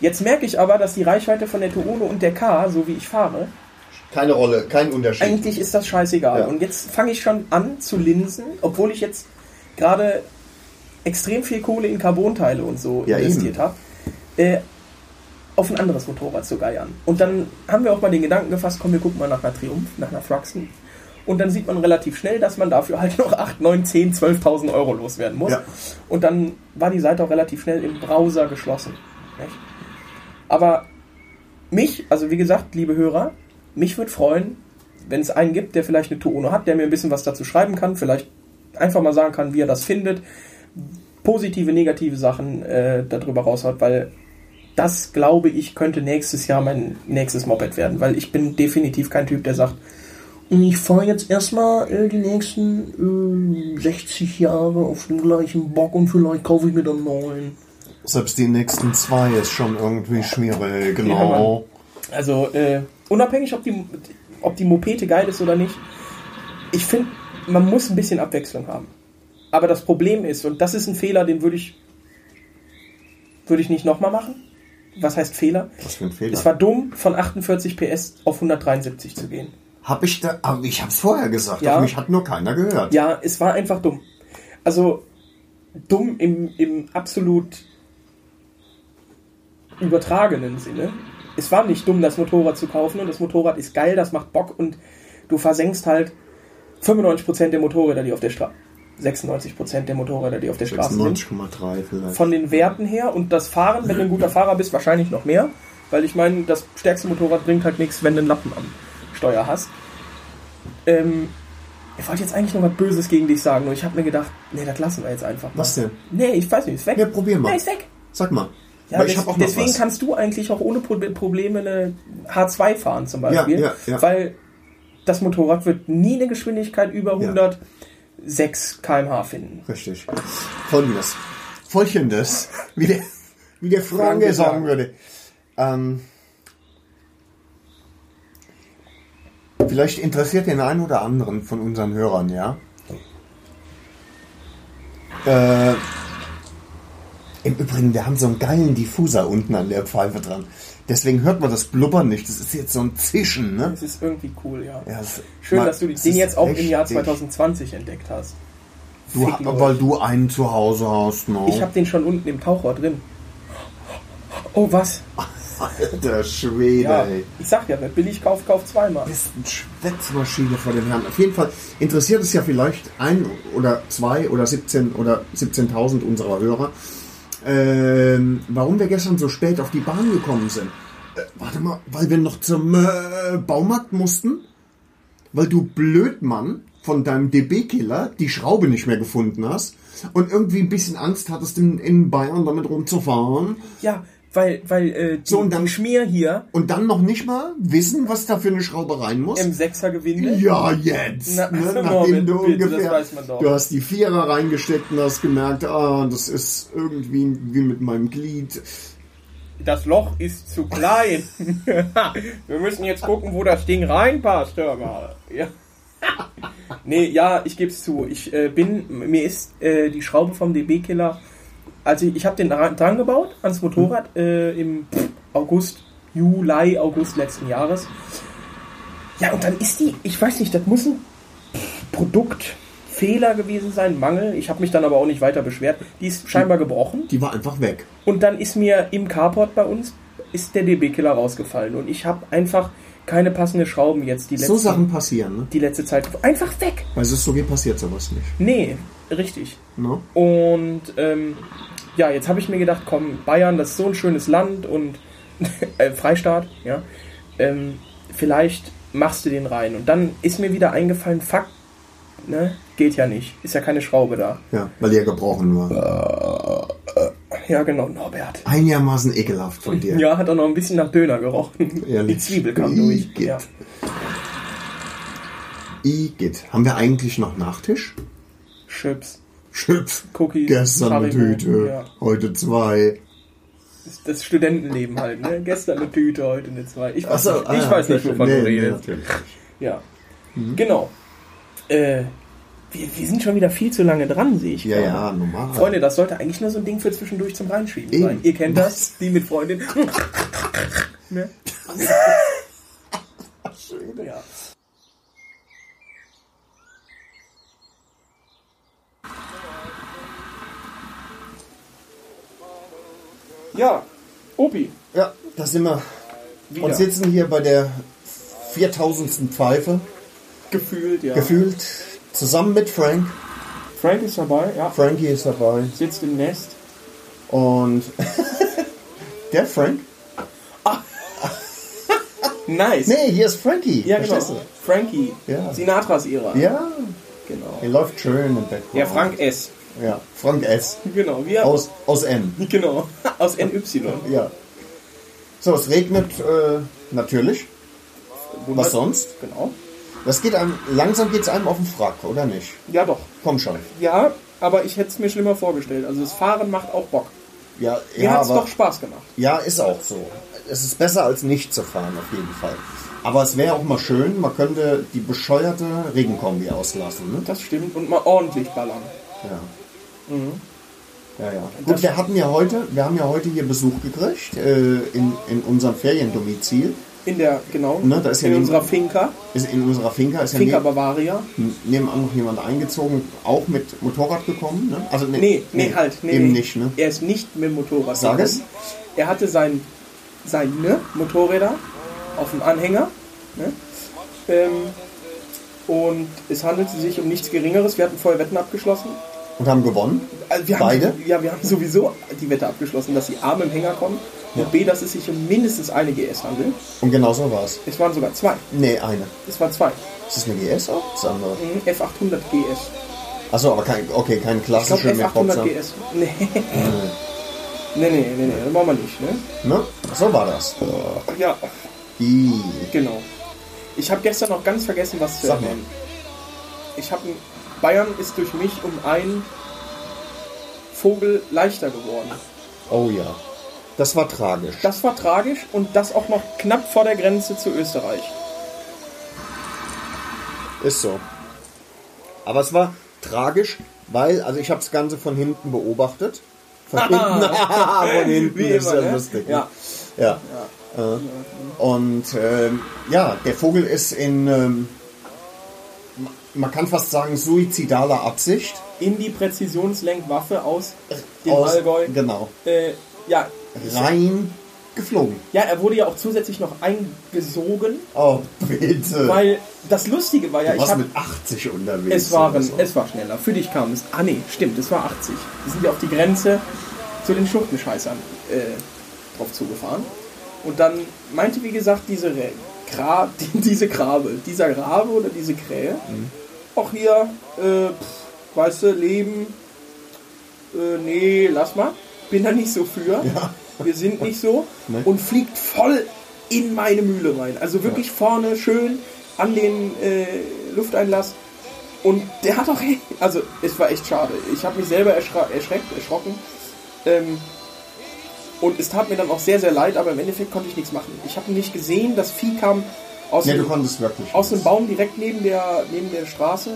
[SPEAKER 3] Jetzt merke ich aber, dass die Reichweite von der Tuono und der K, so wie ich fahre,
[SPEAKER 2] Keine Rolle, kein Unterschied.
[SPEAKER 3] eigentlich ist das scheißegal.
[SPEAKER 2] Ja.
[SPEAKER 3] Und jetzt fange ich schon an zu linsen, obwohl ich jetzt gerade extrem viel Kohle in Carbonteile und so
[SPEAKER 2] Ja,
[SPEAKER 3] investiert
[SPEAKER 2] eben.
[SPEAKER 3] habe, äh, auf ein anderes Motorrad zu geiern. Und dann haben wir auch mal den Gedanken gefasst, komm, wir gucken mal nach einer Triumph, nach einer Thruxton. Und dann sieht man relativ schnell, dass man dafür halt noch 8, 9, 10, 12.000 Euro loswerden muss.
[SPEAKER 2] Ja.
[SPEAKER 3] Und dann war die Seite auch relativ schnell im Browser geschlossen. Nicht? Aber mich, also wie gesagt, liebe Hörer, mich würde freuen, wenn es einen gibt, der vielleicht eine Tuono hat, der mir ein bisschen was dazu schreiben kann, vielleicht einfach mal sagen kann, wie er das findet, positive, negative Sachen äh, darüber raushaut, weil das, glaube ich, könnte nächstes Jahr mein nächstes Moped werden, weil ich bin definitiv kein Typ, der sagt, ich fahre jetzt erstmal äh, die nächsten äh, 60 Jahre auf dem gleichen Bock und vielleicht kaufe ich mir dann einen neuen.
[SPEAKER 2] Selbst die nächsten zwei ist schon irgendwie schwierig, genau.
[SPEAKER 3] Also, äh, unabhängig, ob die, ob die Mopete geil ist oder nicht, ich finde, man muss ein bisschen Abwechslung haben. Aber das Problem ist, und das ist ein Fehler, den würde ich, würde ich nicht nochmal machen. Was heißt Fehler?
[SPEAKER 2] Was für ein
[SPEAKER 3] Es war
[SPEAKER 2] Fehler.
[SPEAKER 3] dumm, von 48 PS auf 173 zu gehen.
[SPEAKER 2] Hab ich da, aber ich hab's vorher gesagt,
[SPEAKER 3] Ja.
[SPEAKER 2] auf mich hat nur keiner gehört.
[SPEAKER 3] Ja, es war einfach dumm. Also dumm im, im absolut übertragenen Sinne. Es war nicht dumm, das Motorrad zu kaufen und das Motorrad ist geil, das macht Bock und du versenkst halt 95% der Motorräder, die auf der Straße, 96% der Motorräder, die auf der Straße sind
[SPEAKER 2] 96,3 vielleicht.
[SPEAKER 3] von den Werten her und das Fahren, wenn du ein guter Fahrer bist, wahrscheinlich noch mehr, weil ich meine, das stärkste Motorrad bringt halt nichts, wenn du einen Lappen am Steuer hast. Ähm, ich wollte jetzt eigentlich noch was Böses gegen dich sagen, nur ich habe mir gedacht, nee, das lassen wir jetzt einfach. Mal.
[SPEAKER 2] Was denn?
[SPEAKER 3] Nee, ich weiß nicht, ist weg.
[SPEAKER 2] Ja, probier mal.
[SPEAKER 3] Nee, ist weg.
[SPEAKER 2] Sag mal.
[SPEAKER 3] Ja,
[SPEAKER 2] Weil ich
[SPEAKER 3] des-
[SPEAKER 2] hab auch noch
[SPEAKER 3] deswegen
[SPEAKER 2] was.
[SPEAKER 3] kannst du eigentlich auch ohne Pro Probleme eine H2 fahren zum Beispiel,
[SPEAKER 2] ja, ja.
[SPEAKER 3] weil das Motorrad wird nie eine Geschwindigkeit über
[SPEAKER 2] Ja.
[SPEAKER 3] 106 km/h finden.
[SPEAKER 2] Richtig. Folgendes. Folgendes. Wie der, wie der Franke sagen würde. Ähm, vielleicht interessiert den einen oder anderen von unseren Hörern, ja. Äh, Im Übrigen, wir haben so einen geilen Diffuser unten an der Pfeife dran. Deswegen hört man das Blubbern nicht. Das ist jetzt so ein Zischen, ne?
[SPEAKER 3] Das ist irgendwie cool, ja.
[SPEAKER 2] Ja, das-
[SPEAKER 3] Schön,
[SPEAKER 2] man-
[SPEAKER 3] dass du den
[SPEAKER 2] das ist
[SPEAKER 3] jetzt auch im Jahr
[SPEAKER 2] richtig.
[SPEAKER 3] 2020 entdeckt hast.
[SPEAKER 2] Du,
[SPEAKER 3] Ficken
[SPEAKER 2] weil
[SPEAKER 3] euch.
[SPEAKER 2] du einen zu Hause hast, ne?
[SPEAKER 3] Ich habe den schon unten im Tauchrohr drin. Oh, was?
[SPEAKER 2] Alter Schwede,
[SPEAKER 3] Ja,
[SPEAKER 2] ey.
[SPEAKER 3] ich sag ja, wer billig kauft, kauft zweimal.
[SPEAKER 2] Bist eine Schwätzmaschine vor dem Herrn. Auf jeden Fall interessiert es ja vielleicht ein oder zwei oder 17 oder 17.000 unserer Hörer, ähm, warum wir gestern so spät auf die Bahn gekommen sind. Äh, warte mal, weil wir noch zum äh, Baumarkt mussten? Weil du Blödmann von deinem DB-Killer die Schraube nicht mehr gefunden hast und irgendwie ein bisschen Angst hattest, in, in Bayern damit rumzufahren.
[SPEAKER 3] Ja, weil, weil äh, die,
[SPEAKER 2] So, und dann-
[SPEAKER 3] die Schmier hier
[SPEAKER 2] Und dann noch nicht mal wissen, was da für eine Schraube rein muss.
[SPEAKER 3] im Sechser gewinnt.
[SPEAKER 2] ja, jetzt.
[SPEAKER 3] Ne? Na,
[SPEAKER 2] ne?
[SPEAKER 3] Moment,
[SPEAKER 2] Nachdem du
[SPEAKER 3] bitte, das
[SPEAKER 2] ungefähr.
[SPEAKER 3] weiß man doch.
[SPEAKER 2] Du hast die Vierer reingesteckt und hast gemerkt, ah, das ist irgendwie wie mit meinem Glied.
[SPEAKER 3] Das Loch ist zu klein. Wir müssen jetzt gucken, wo das Ding reinpasst. Hör mal. Ja. Nee, ja, ich gebe es zu. Ich äh, bin, mir ist äh, die Schraube vom DB-Killer, also ich, ich habe den dran dran gebaut ans Motorrad äh, im August, Juli, August letzten Jahres. Ja, und dann ist die, ich weiß nicht, das muss ein Produktfehler gewesen sein, Mangel. Ich habe mich dann aber auch nicht weiter beschwert. Die ist scheinbar gebrochen.
[SPEAKER 2] Die war einfach weg.
[SPEAKER 3] Und dann ist mir im Carport bei uns ist der DB-Killer rausgefallen und ich habe einfach keine passende Schrauben jetzt die letzte,
[SPEAKER 2] So Sachen passieren, ne?
[SPEAKER 3] die letzte Zeit einfach weg.
[SPEAKER 2] Bei Sissoge passiert sowas nicht.
[SPEAKER 3] Nee, richtig.
[SPEAKER 2] Ne?
[SPEAKER 3] Und ähm, ja, jetzt habe ich mir gedacht, komm, Bayern, das ist so ein schönes Land und äh, Freistaat, ja. Ähm, vielleicht machst du den rein. Und dann ist mir wieder eingefallen, fuck, ne, geht ja nicht. Ist ja keine Schraube da.
[SPEAKER 2] Ja, weil die ja gebrochen war.
[SPEAKER 3] Ja, genau, Norbert.
[SPEAKER 2] Einigermaßen ekelhaft von dir.
[SPEAKER 3] Ja, hat auch noch ein bisschen nach Döner gerochen.
[SPEAKER 2] Ehrlich.
[SPEAKER 3] Die Zwiebel kam durch.
[SPEAKER 2] Igitt.
[SPEAKER 3] Ja.
[SPEAKER 2] Igitt. Haben wir eigentlich noch Nachtisch?
[SPEAKER 3] Chips.
[SPEAKER 2] Chips.
[SPEAKER 3] Cookies,
[SPEAKER 2] Gestern eine
[SPEAKER 3] Haribo,
[SPEAKER 2] Tüte.
[SPEAKER 3] ja.
[SPEAKER 2] Heute zwei.
[SPEAKER 3] Das, das Studentenleben halt, ne? Gestern eine Tüte, heute eine zwei. Ich weiß,
[SPEAKER 2] Achso,
[SPEAKER 3] nicht, ich weiß nicht, wovon du redest.
[SPEAKER 2] natürlich.
[SPEAKER 3] Ja. Genau. Äh, Wir, wir sind schon wieder viel zu lange dran, sehe ich.
[SPEAKER 2] Ja,
[SPEAKER 3] gerade.
[SPEAKER 2] ja, normal.
[SPEAKER 3] Freunde, das sollte eigentlich nur so ein Ding für zwischendurch zum Reinschieben sein.
[SPEAKER 2] Eben.
[SPEAKER 3] Ihr kennt das, die mit Freundin. ne? ja. ja, Opi.
[SPEAKER 2] Ja, da sind wir.
[SPEAKER 3] Wieder.
[SPEAKER 2] Und sitzen hier bei der 4000. Pfeife,
[SPEAKER 3] gefühlt, ja.
[SPEAKER 2] gefühlt, zusammen mit Frank.
[SPEAKER 3] Frank ist dabei, ja.
[SPEAKER 2] Frankie ist dabei.
[SPEAKER 3] Sitzt im Nest.
[SPEAKER 2] Und der Frank?
[SPEAKER 3] Nice.
[SPEAKER 2] Nee, hier ist Frankie.
[SPEAKER 3] ja,
[SPEAKER 2] verstehst
[SPEAKER 3] genau. Frankie.
[SPEAKER 2] Ja.
[SPEAKER 3] Sinatras Ära.
[SPEAKER 2] du? Ja,
[SPEAKER 3] Genau.
[SPEAKER 2] er läuft schön im Background.
[SPEAKER 3] Ja, Frank S.
[SPEAKER 2] Ja, Frank S.
[SPEAKER 3] Genau, wir
[SPEAKER 2] Aus, aus N.
[SPEAKER 3] Genau, aus NY.
[SPEAKER 2] Ja. So, es regnet äh, natürlich. Was sonst?
[SPEAKER 3] Genau.
[SPEAKER 2] Das geht einem, langsam geht es einem auf den Frack, oder nicht?
[SPEAKER 3] Ja, doch.
[SPEAKER 2] Komm schon.
[SPEAKER 3] Ja, aber ich hätte es mir schlimmer vorgestellt. Also das Fahren macht auch Bock.
[SPEAKER 2] Ja,
[SPEAKER 3] Mir
[SPEAKER 2] ja,
[SPEAKER 3] hat es
[SPEAKER 2] aber,
[SPEAKER 3] doch Spaß gemacht.
[SPEAKER 2] ja, ist auch so. Es ist besser als nicht zu fahren, auf jeden Fall. Aber es wäre auch mal schön, man könnte die bescheuerte Regenkombi auslassen. Ne?
[SPEAKER 3] Das stimmt. Und mal ordentlich ballern.
[SPEAKER 2] Ja.
[SPEAKER 3] Mhm.
[SPEAKER 2] Ja, ja. Gut, wir hatten ja heute, wir haben ja heute hier Besuch gekriegt äh, in, in unserem Feriendomizil.
[SPEAKER 3] In der, genau,
[SPEAKER 2] Ne, da ist ja
[SPEAKER 3] in
[SPEAKER 2] die-
[SPEAKER 3] unserer Finca,
[SPEAKER 2] Ist in unserer Finca ist ja
[SPEAKER 3] Finca
[SPEAKER 2] neb-
[SPEAKER 3] Bavaria.
[SPEAKER 2] nebenan noch jemand eingezogen, auch mit Motorrad gekommen. Ne? Also nee,
[SPEAKER 3] Nee, nee, halt. Nee,
[SPEAKER 2] eben
[SPEAKER 3] nee.
[SPEAKER 2] nicht. Ne?
[SPEAKER 3] Er ist nicht mit dem Motorrad.
[SPEAKER 2] Sag es.
[SPEAKER 3] Er hatte sein, seine Motorräder auf dem Anhänger. Ne? Ähm, und es handelte sich um nichts Geringeres. Wir hatten vorher Wetten abgeschlossen.
[SPEAKER 2] Und haben gewonnen.
[SPEAKER 3] Also wir
[SPEAKER 2] Beide?
[SPEAKER 3] Haben, ja, wir haben sowieso die Wette abgeschlossen, dass sie A mit dem Hänger kommen und
[SPEAKER 2] Ja.
[SPEAKER 3] B, dass es sich um mindestens eine GS handelt.
[SPEAKER 2] Und genau so war es.
[SPEAKER 3] Es waren sogar zwei.
[SPEAKER 2] Nee, eine.
[SPEAKER 3] Es waren zwei. Mhm,
[SPEAKER 2] Ist das eine GS auch? Das andere.
[SPEAKER 3] Ein F800 GS.
[SPEAKER 2] Achso, aber kein, okay, kein
[SPEAKER 3] Ich glaube
[SPEAKER 2] klassischer mehr
[SPEAKER 3] F800
[SPEAKER 2] Boxer.
[SPEAKER 3] GS. Nee. Nee, nee, nee, nee, das machen wir nicht, ne?
[SPEAKER 2] Ne? So war das.
[SPEAKER 3] Ja,
[SPEAKER 2] I.
[SPEAKER 3] genau. Ich habe gestern noch ganz vergessen, was zu
[SPEAKER 2] Sag mal.
[SPEAKER 3] erwähnen. Ich habe Bayern ist durch mich um einen Vogel leichter geworden.
[SPEAKER 2] Oh ja. Das war tragisch.
[SPEAKER 3] Das war tragisch und das auch noch knapp vor der Grenze zu Österreich.
[SPEAKER 2] Ist so. Aber es war tragisch, weil, also ich habe das Ganze von hinten beobachtet. Von hinten. von hinten.
[SPEAKER 3] Wie
[SPEAKER 2] ist
[SPEAKER 3] immer,
[SPEAKER 2] ja
[SPEAKER 3] ne?
[SPEAKER 2] lustig.
[SPEAKER 3] Ja.
[SPEAKER 2] Ne? ja. Äh, Und ähm, ja, der Vogel ist in, ähm, ma- man kann fast sagen, suizidaler Absicht.
[SPEAKER 3] in die Präzisionslenkwaffe aus dem
[SPEAKER 2] aus-
[SPEAKER 3] Allgäu.
[SPEAKER 2] Genau.
[SPEAKER 3] Äh, ja,
[SPEAKER 2] Rein geflogen.
[SPEAKER 3] ja, er wurde ja auch zusätzlich noch eingesogen,
[SPEAKER 2] Oh, bitte.
[SPEAKER 3] weil das Lustige war ja,
[SPEAKER 2] du
[SPEAKER 3] ich
[SPEAKER 2] warst
[SPEAKER 3] habe
[SPEAKER 2] mit 80 unterwegs.
[SPEAKER 3] es waren,
[SPEAKER 2] oder so.
[SPEAKER 3] es war schneller. Für dich kam es. Ah nee, stimmt, es war 80. Wir sind ja auf die Grenze zu den Schluchtenscheißern äh, drauf zugefahren. Und dann meinte, wie gesagt, diese, Re Gra die, diese Grabe, dieser Grabe oder diese Krähe, auch hier, äh, pff, weißt du, Leben, äh, nee, lass mal, bin da nicht so für, wir sind nicht so
[SPEAKER 2] Ne.
[SPEAKER 3] und fliegt voll in meine Mühle rein. Also wirklich vorne schön an den äh, Lufteinlass und der hat auch, also es war echt schade. Ich habe mich selber erschra- erschreckt, erschrocken. Ähm, und es tat mir dann auch sehr, sehr leid, aber im Endeffekt konnte ich nichts machen. Ich habe nicht gesehen, das Vieh kam aus,
[SPEAKER 2] Nee, du
[SPEAKER 3] dem,
[SPEAKER 2] konntest wirklich.
[SPEAKER 3] aus dem
[SPEAKER 2] nichts.
[SPEAKER 3] Baum direkt neben der, neben der Straße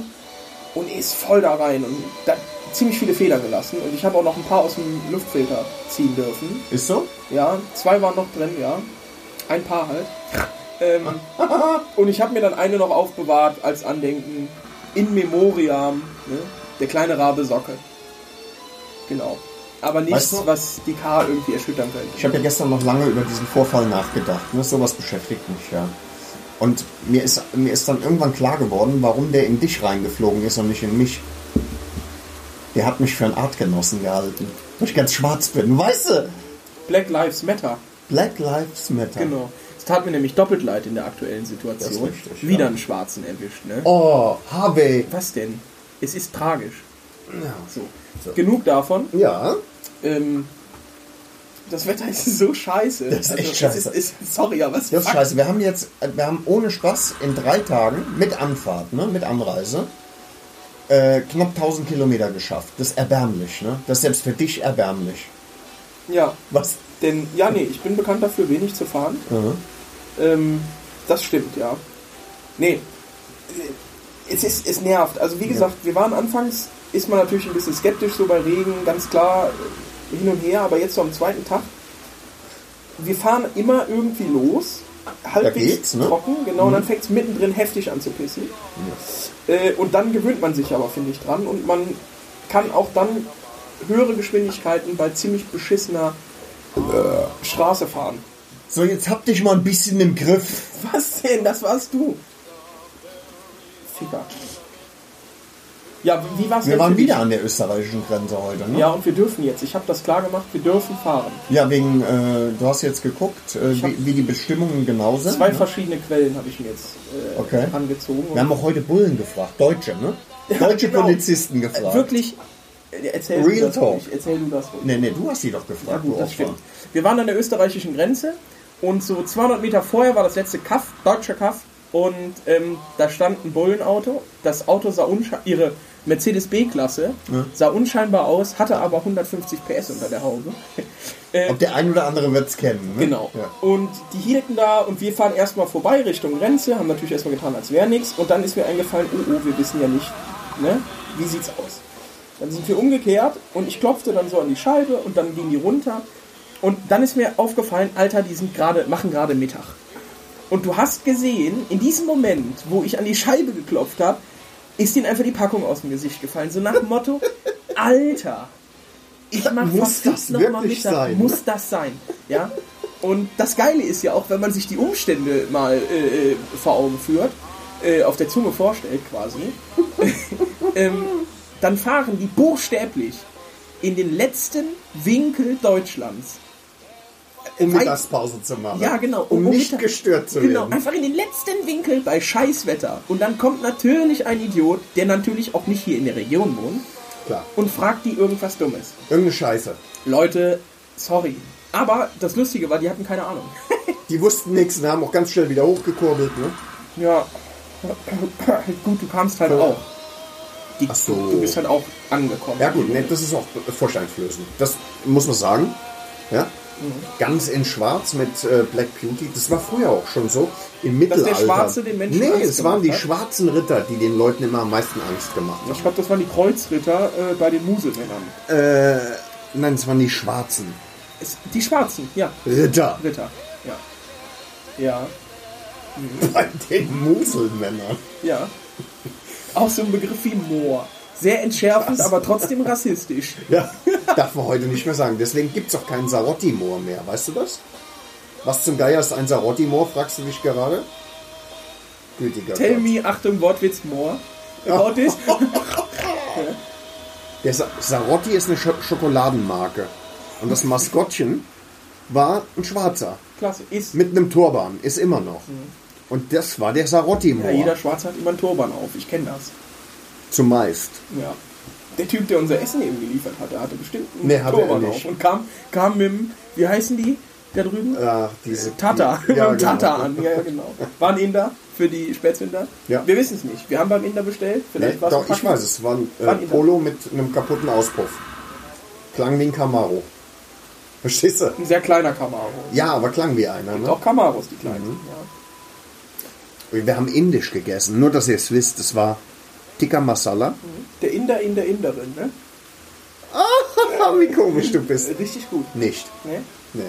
[SPEAKER 3] und ist voll da rein und da ziemlich viele Fehler gelassen. Und ich habe auch noch ein paar aus dem Luftfilter ziehen dürfen.
[SPEAKER 2] Ist so?
[SPEAKER 3] Ja, zwei waren noch drin, ja. Ein paar halt. Ähm, und ich habe mir dann eine noch aufbewahrt als Andenken. In Memoriam, ne? Der kleine Rabe Socke. Genau. Aber nichts,
[SPEAKER 2] Weißt du-
[SPEAKER 3] was die K irgendwie erschüttern
[SPEAKER 2] Ich
[SPEAKER 3] könnte.
[SPEAKER 2] habe ja gestern noch lange über diesen Vorfall nachgedacht. Ne? Sowas beschäftigt mich ja. Und mir ist, mir ist dann irgendwann klar geworden, warum der in dich reingeflogen ist und nicht in mich. Der hat mich für einen Artgenossen gehalten. Weil ich ganz schwarz bin. Weißt du?
[SPEAKER 3] Black Lives Matter.
[SPEAKER 2] Black Lives Matter.
[SPEAKER 3] Genau. Es tat mir nämlich doppelt leid in der aktuellen Situation.
[SPEAKER 2] Das ist richtig,
[SPEAKER 3] Wieder
[SPEAKER 2] ja.
[SPEAKER 3] einen Schwarzen erwischt, ne?
[SPEAKER 2] Oh, Harvey.
[SPEAKER 3] Was denn? Es ist tragisch. So. Genug davon.
[SPEAKER 2] Ja.
[SPEAKER 3] Ähm, das Wetter ist so scheiße. Also,
[SPEAKER 2] Das ist echt
[SPEAKER 3] Es
[SPEAKER 2] scheiße.
[SPEAKER 3] ist, ist, sorry, aber es
[SPEAKER 2] Das ist
[SPEAKER 3] fuckt
[SPEAKER 2] scheiße. Wir haben jetzt, äh, wir haben ohne Spaß in drei Tagen mit Anfahrt, ne, mit Anreise, äh, knapp 1000 Kilometer geschafft. Das ist erbärmlich, ne? Das ist selbst für dich erbärmlich.
[SPEAKER 3] Ja,
[SPEAKER 2] Was?
[SPEAKER 3] denn, ja, nee, ich bin bekannt dafür, wenig zu fahren.
[SPEAKER 2] Mhm.
[SPEAKER 3] Ähm, das stimmt, ja. Nee, es ist, es nervt. Also wie gesagt, wir waren anfangs, ist man natürlich ein bisschen skeptisch, so bei Regen, ganz klar, äh, hin und her, aber jetzt so am zweiten Tag, wir fahren immer irgendwie los, halbwegs
[SPEAKER 2] geht's, ne?
[SPEAKER 3] trocken, genau, und dann fängt es mittendrin heftig an zu pissen. Äh, und dann gewöhnt man sich aber, finde ich, dran und man kann auch dann höhere Geschwindigkeiten bei ziemlich beschissener äh, Straße fahren.
[SPEAKER 2] So, jetzt hab dich mal ein bisschen im Griff.
[SPEAKER 3] Was denn? Das warst du. Ficker. Ja, wie war's
[SPEAKER 2] Wir
[SPEAKER 3] denn
[SPEAKER 2] waren
[SPEAKER 3] für dich?
[SPEAKER 2] wieder an der österreichischen Grenze heute, ne?
[SPEAKER 3] Ja, und wir dürfen jetzt. Ich habe das klar gemacht, wir dürfen fahren.
[SPEAKER 2] Ja, wegen, äh, du hast jetzt geguckt, äh,
[SPEAKER 3] hab-
[SPEAKER 2] wie, wie die Bestimmungen genau sind.
[SPEAKER 3] Zwei
[SPEAKER 2] ne?
[SPEAKER 3] verschiedene Quellen habe ich mir jetzt äh,
[SPEAKER 2] Okay.
[SPEAKER 3] angezogen.
[SPEAKER 2] Wir haben auch heute Bullen gefragt, Deutsche, ne? Deutsche
[SPEAKER 3] genau.
[SPEAKER 2] Polizisten gefragt.
[SPEAKER 3] Wirklich, äh, erzähl
[SPEAKER 2] Real
[SPEAKER 3] du das
[SPEAKER 2] talk.
[SPEAKER 3] ruhig. Erzähl du das ruhig.
[SPEAKER 2] Nee, nee, du hast sie doch gefragt,
[SPEAKER 3] Gut,
[SPEAKER 2] du
[SPEAKER 3] das stimmt.
[SPEAKER 2] Opfer.
[SPEAKER 3] Wir waren an der österreichischen Grenze und so 200 Meter vorher war das letzte Kaff, deutscher Kaff, und ähm, da stand ein Bullenauto. Das Auto sah unscheinbar, ihre Mercedes B-Klasse sah unscheinbar aus, hatte aber 150 PS unter der Haube. Äh,
[SPEAKER 2] Ob der ein oder andere wird's kennen, ne?
[SPEAKER 3] Genau.
[SPEAKER 2] Ja.
[SPEAKER 3] Und die hielten da und wir fahren erstmal vorbei Richtung Grenze, haben natürlich erstmal getan, als wäre nichts. Und dann ist mir eingefallen, oh, oh, wir wissen ja nicht, ne? wie sieht's aus. Dann sind wir umgekehrt und ich klopfte dann so an die Scheibe und dann ging die runter. Und dann ist mir aufgefallen, Alter, die sind gerade, machen gerade Mittag. Und du hast gesehen, in diesem Moment, wo ich an die Scheibe geklopft habe, ist ihnen einfach die Packung aus dem Gesicht gefallen. So nach dem Motto, Alter, ich mach
[SPEAKER 2] Muss
[SPEAKER 3] was
[SPEAKER 2] das
[SPEAKER 3] noch mal
[SPEAKER 2] wirklich
[SPEAKER 3] Mittag.
[SPEAKER 2] sein?
[SPEAKER 3] Muss das sein? Ja. Und das Geile ist ja auch, wenn man sich die Umstände mal äh, äh, vor Augen führt, äh, auf der Zunge vorstellt quasi, ähm, dann fahren die buchstäblich in den letzten Winkel Deutschlands.
[SPEAKER 2] Um
[SPEAKER 3] Weit-
[SPEAKER 2] Mittagspause zu machen.
[SPEAKER 3] Ja, genau.
[SPEAKER 2] Um, nicht
[SPEAKER 3] Mittag-
[SPEAKER 2] gestört zu
[SPEAKER 3] Genau,
[SPEAKER 2] werden.
[SPEAKER 3] einfach in den letzten Winkel bei Scheißwetter. Und dann kommt natürlich ein Idiot, der natürlich auch nicht hier in der Region wohnt,
[SPEAKER 2] Klar.
[SPEAKER 3] und fragt die irgendwas Dummes.
[SPEAKER 2] Irgendeine Scheiße.
[SPEAKER 3] Leute, sorry. Aber das Lustige war, die hatten keine Ahnung.
[SPEAKER 2] Die wussten nichts und haben auch ganz schnell wieder hochgekurbelt, ne?
[SPEAKER 3] Ja. Gut, du kamst halt auch. Die,
[SPEAKER 2] Ach so.
[SPEAKER 3] Du bist halt auch angekommen.
[SPEAKER 2] Ja gut, ne, das ist auch furchteinflößend. Das muss man sagen. Ja? Ganz in schwarz mit äh, Black Beauty. Das war früher auch schon so. Im
[SPEAKER 3] der
[SPEAKER 2] Mittelalter.
[SPEAKER 3] Schwarze den Menschen
[SPEAKER 2] nee,
[SPEAKER 3] Angst
[SPEAKER 2] es waren die
[SPEAKER 3] gemacht hat?
[SPEAKER 2] schwarzen Ritter, die den Leuten immer am meisten Angst gemacht
[SPEAKER 3] Ich
[SPEAKER 2] haben.
[SPEAKER 3] glaube, das waren die Kreuzritter äh, bei den Muselmännern.
[SPEAKER 2] Äh, nein, es waren die schwarzen
[SPEAKER 3] Es, die Schwarzen, ja.
[SPEAKER 2] Ritter.
[SPEAKER 3] Ritter. Ja. Ja.
[SPEAKER 2] Bei den Muselmännern.
[SPEAKER 3] Ja. Auch so ein Begriff wie Moor. Sehr entschärfend, aber trotzdem rassistisch.
[SPEAKER 2] Ja. Darf man heute nicht mehr sagen. Deswegen gibt es auch keinen Sarotti-Moor mehr. Weißt du das? Was zum Geier ist ein Sarotti-Moor, fragst du dich gerade? Gütiger
[SPEAKER 3] Tell
[SPEAKER 2] Gott.
[SPEAKER 3] me, Achtung, Wortwitz, Moor. About this.
[SPEAKER 2] Der Sa Sarotti ist eine Sch Schokoladenmarke. Und das Maskottchen war ein Schwarzer.
[SPEAKER 3] Klasse. Ist.
[SPEAKER 2] Mit einem Turban. Ist immer noch. Und das war der
[SPEAKER 3] Mhm. Ja,
[SPEAKER 2] Sarotti-Moor.
[SPEAKER 3] jeder Schwarze hat immer einen Turban auf. Ich kenne das.
[SPEAKER 2] Zumeist.
[SPEAKER 3] Ja. Der Typ, der unser Essen eben geliefert hat, der hatte bestimmt einen
[SPEAKER 2] Nee, hatte er
[SPEAKER 3] Turban
[SPEAKER 2] nicht.
[SPEAKER 3] auf und kam, kam mit dem, wie heißen die da drüben?
[SPEAKER 2] Ach, diese
[SPEAKER 3] Tata, mit
[SPEAKER 2] Äh, Ja,
[SPEAKER 3] dem Tata
[SPEAKER 2] genau.
[SPEAKER 3] an. Ja, ja, genau. War ein Inder für die Spätzünder?
[SPEAKER 2] Ja.
[SPEAKER 3] Wir wissen es nicht. Wir haben beim Inder bestellt.
[SPEAKER 2] Nee,
[SPEAKER 3] Vielleicht war es
[SPEAKER 2] doch,
[SPEAKER 3] ein
[SPEAKER 2] ich
[SPEAKER 3] Packen.
[SPEAKER 2] weiß, es war ein äh,
[SPEAKER 3] War ein Inder.
[SPEAKER 2] Polo mit einem kaputten Auspuff. Klang wie ein Camaro. Verstehst du?
[SPEAKER 3] Ein sehr kleiner Camaro.
[SPEAKER 2] Ja, aber klang wie einer. Ne?
[SPEAKER 3] Auch Camaros, die kleinen. Ja.
[SPEAKER 2] Wir haben indisch gegessen. Nur, dass ihr es wisst, es war Tikka Masala.
[SPEAKER 3] Der Inder, Inder, Inderin, ne?
[SPEAKER 2] wie komisch du bist.
[SPEAKER 3] Richtig gut.
[SPEAKER 2] Nicht.
[SPEAKER 3] Ne?
[SPEAKER 2] Nee.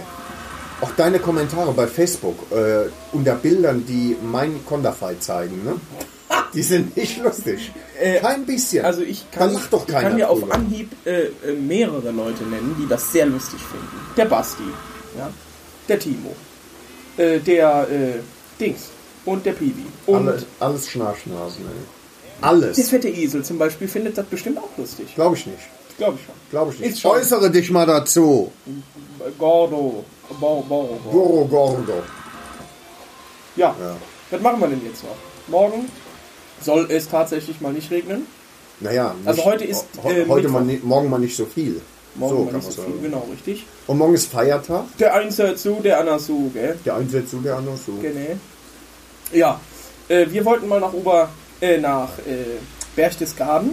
[SPEAKER 2] Auch deine Kommentare bei Facebook äh, unter Bildern, die mein Konterfei zeigen, ne? Die sind nicht lustig. Kein bisschen.
[SPEAKER 3] Also ich kann,
[SPEAKER 2] Dann macht doch
[SPEAKER 3] ich
[SPEAKER 2] keiner
[SPEAKER 3] kann dir auf
[SPEAKER 2] drüber.
[SPEAKER 3] Anhieb äh, äh, mehrere Leute nennen, die das sehr lustig finden. Der Basti, ja? der Timo, äh, der äh, Dings und der Piwi. Und
[SPEAKER 2] Alle, alles Schnarchnasen, ey. Alles.
[SPEAKER 3] der fette Esel zum Beispiel findet das bestimmt auch lustig.
[SPEAKER 2] Glaube ich nicht.
[SPEAKER 3] Glaube ich schon.
[SPEAKER 2] Glaube ich
[SPEAKER 3] Ist
[SPEAKER 2] nicht.
[SPEAKER 3] schon.
[SPEAKER 2] Äußere dich mal dazu.
[SPEAKER 3] Gordo. Bo, bo, bo.
[SPEAKER 2] Goro Gordo.
[SPEAKER 3] Ja.
[SPEAKER 2] Ja.
[SPEAKER 3] Was machen wir denn jetzt noch? Morgen soll es tatsächlich mal nicht regnen.
[SPEAKER 2] Naja, nicht,
[SPEAKER 3] Also heute ist,
[SPEAKER 2] ho-
[SPEAKER 3] äh,
[SPEAKER 2] heute mal,
[SPEAKER 3] Mittwoch.
[SPEAKER 2] ni- morgen mal nicht so viel.
[SPEAKER 3] Morgen
[SPEAKER 2] so
[SPEAKER 3] mal
[SPEAKER 2] kann
[SPEAKER 3] nicht
[SPEAKER 2] man
[SPEAKER 3] so
[SPEAKER 2] sagen.
[SPEAKER 3] viel. Genau, richtig.
[SPEAKER 2] Und morgen ist Feiertag.
[SPEAKER 3] Der eins hört zu, der andere zu, gell?
[SPEAKER 2] Der eine wird zu, der andere zu.
[SPEAKER 3] Genau. Ja, äh, wir wollten mal nach Ober, äh, nach äh, Berchtesgaden,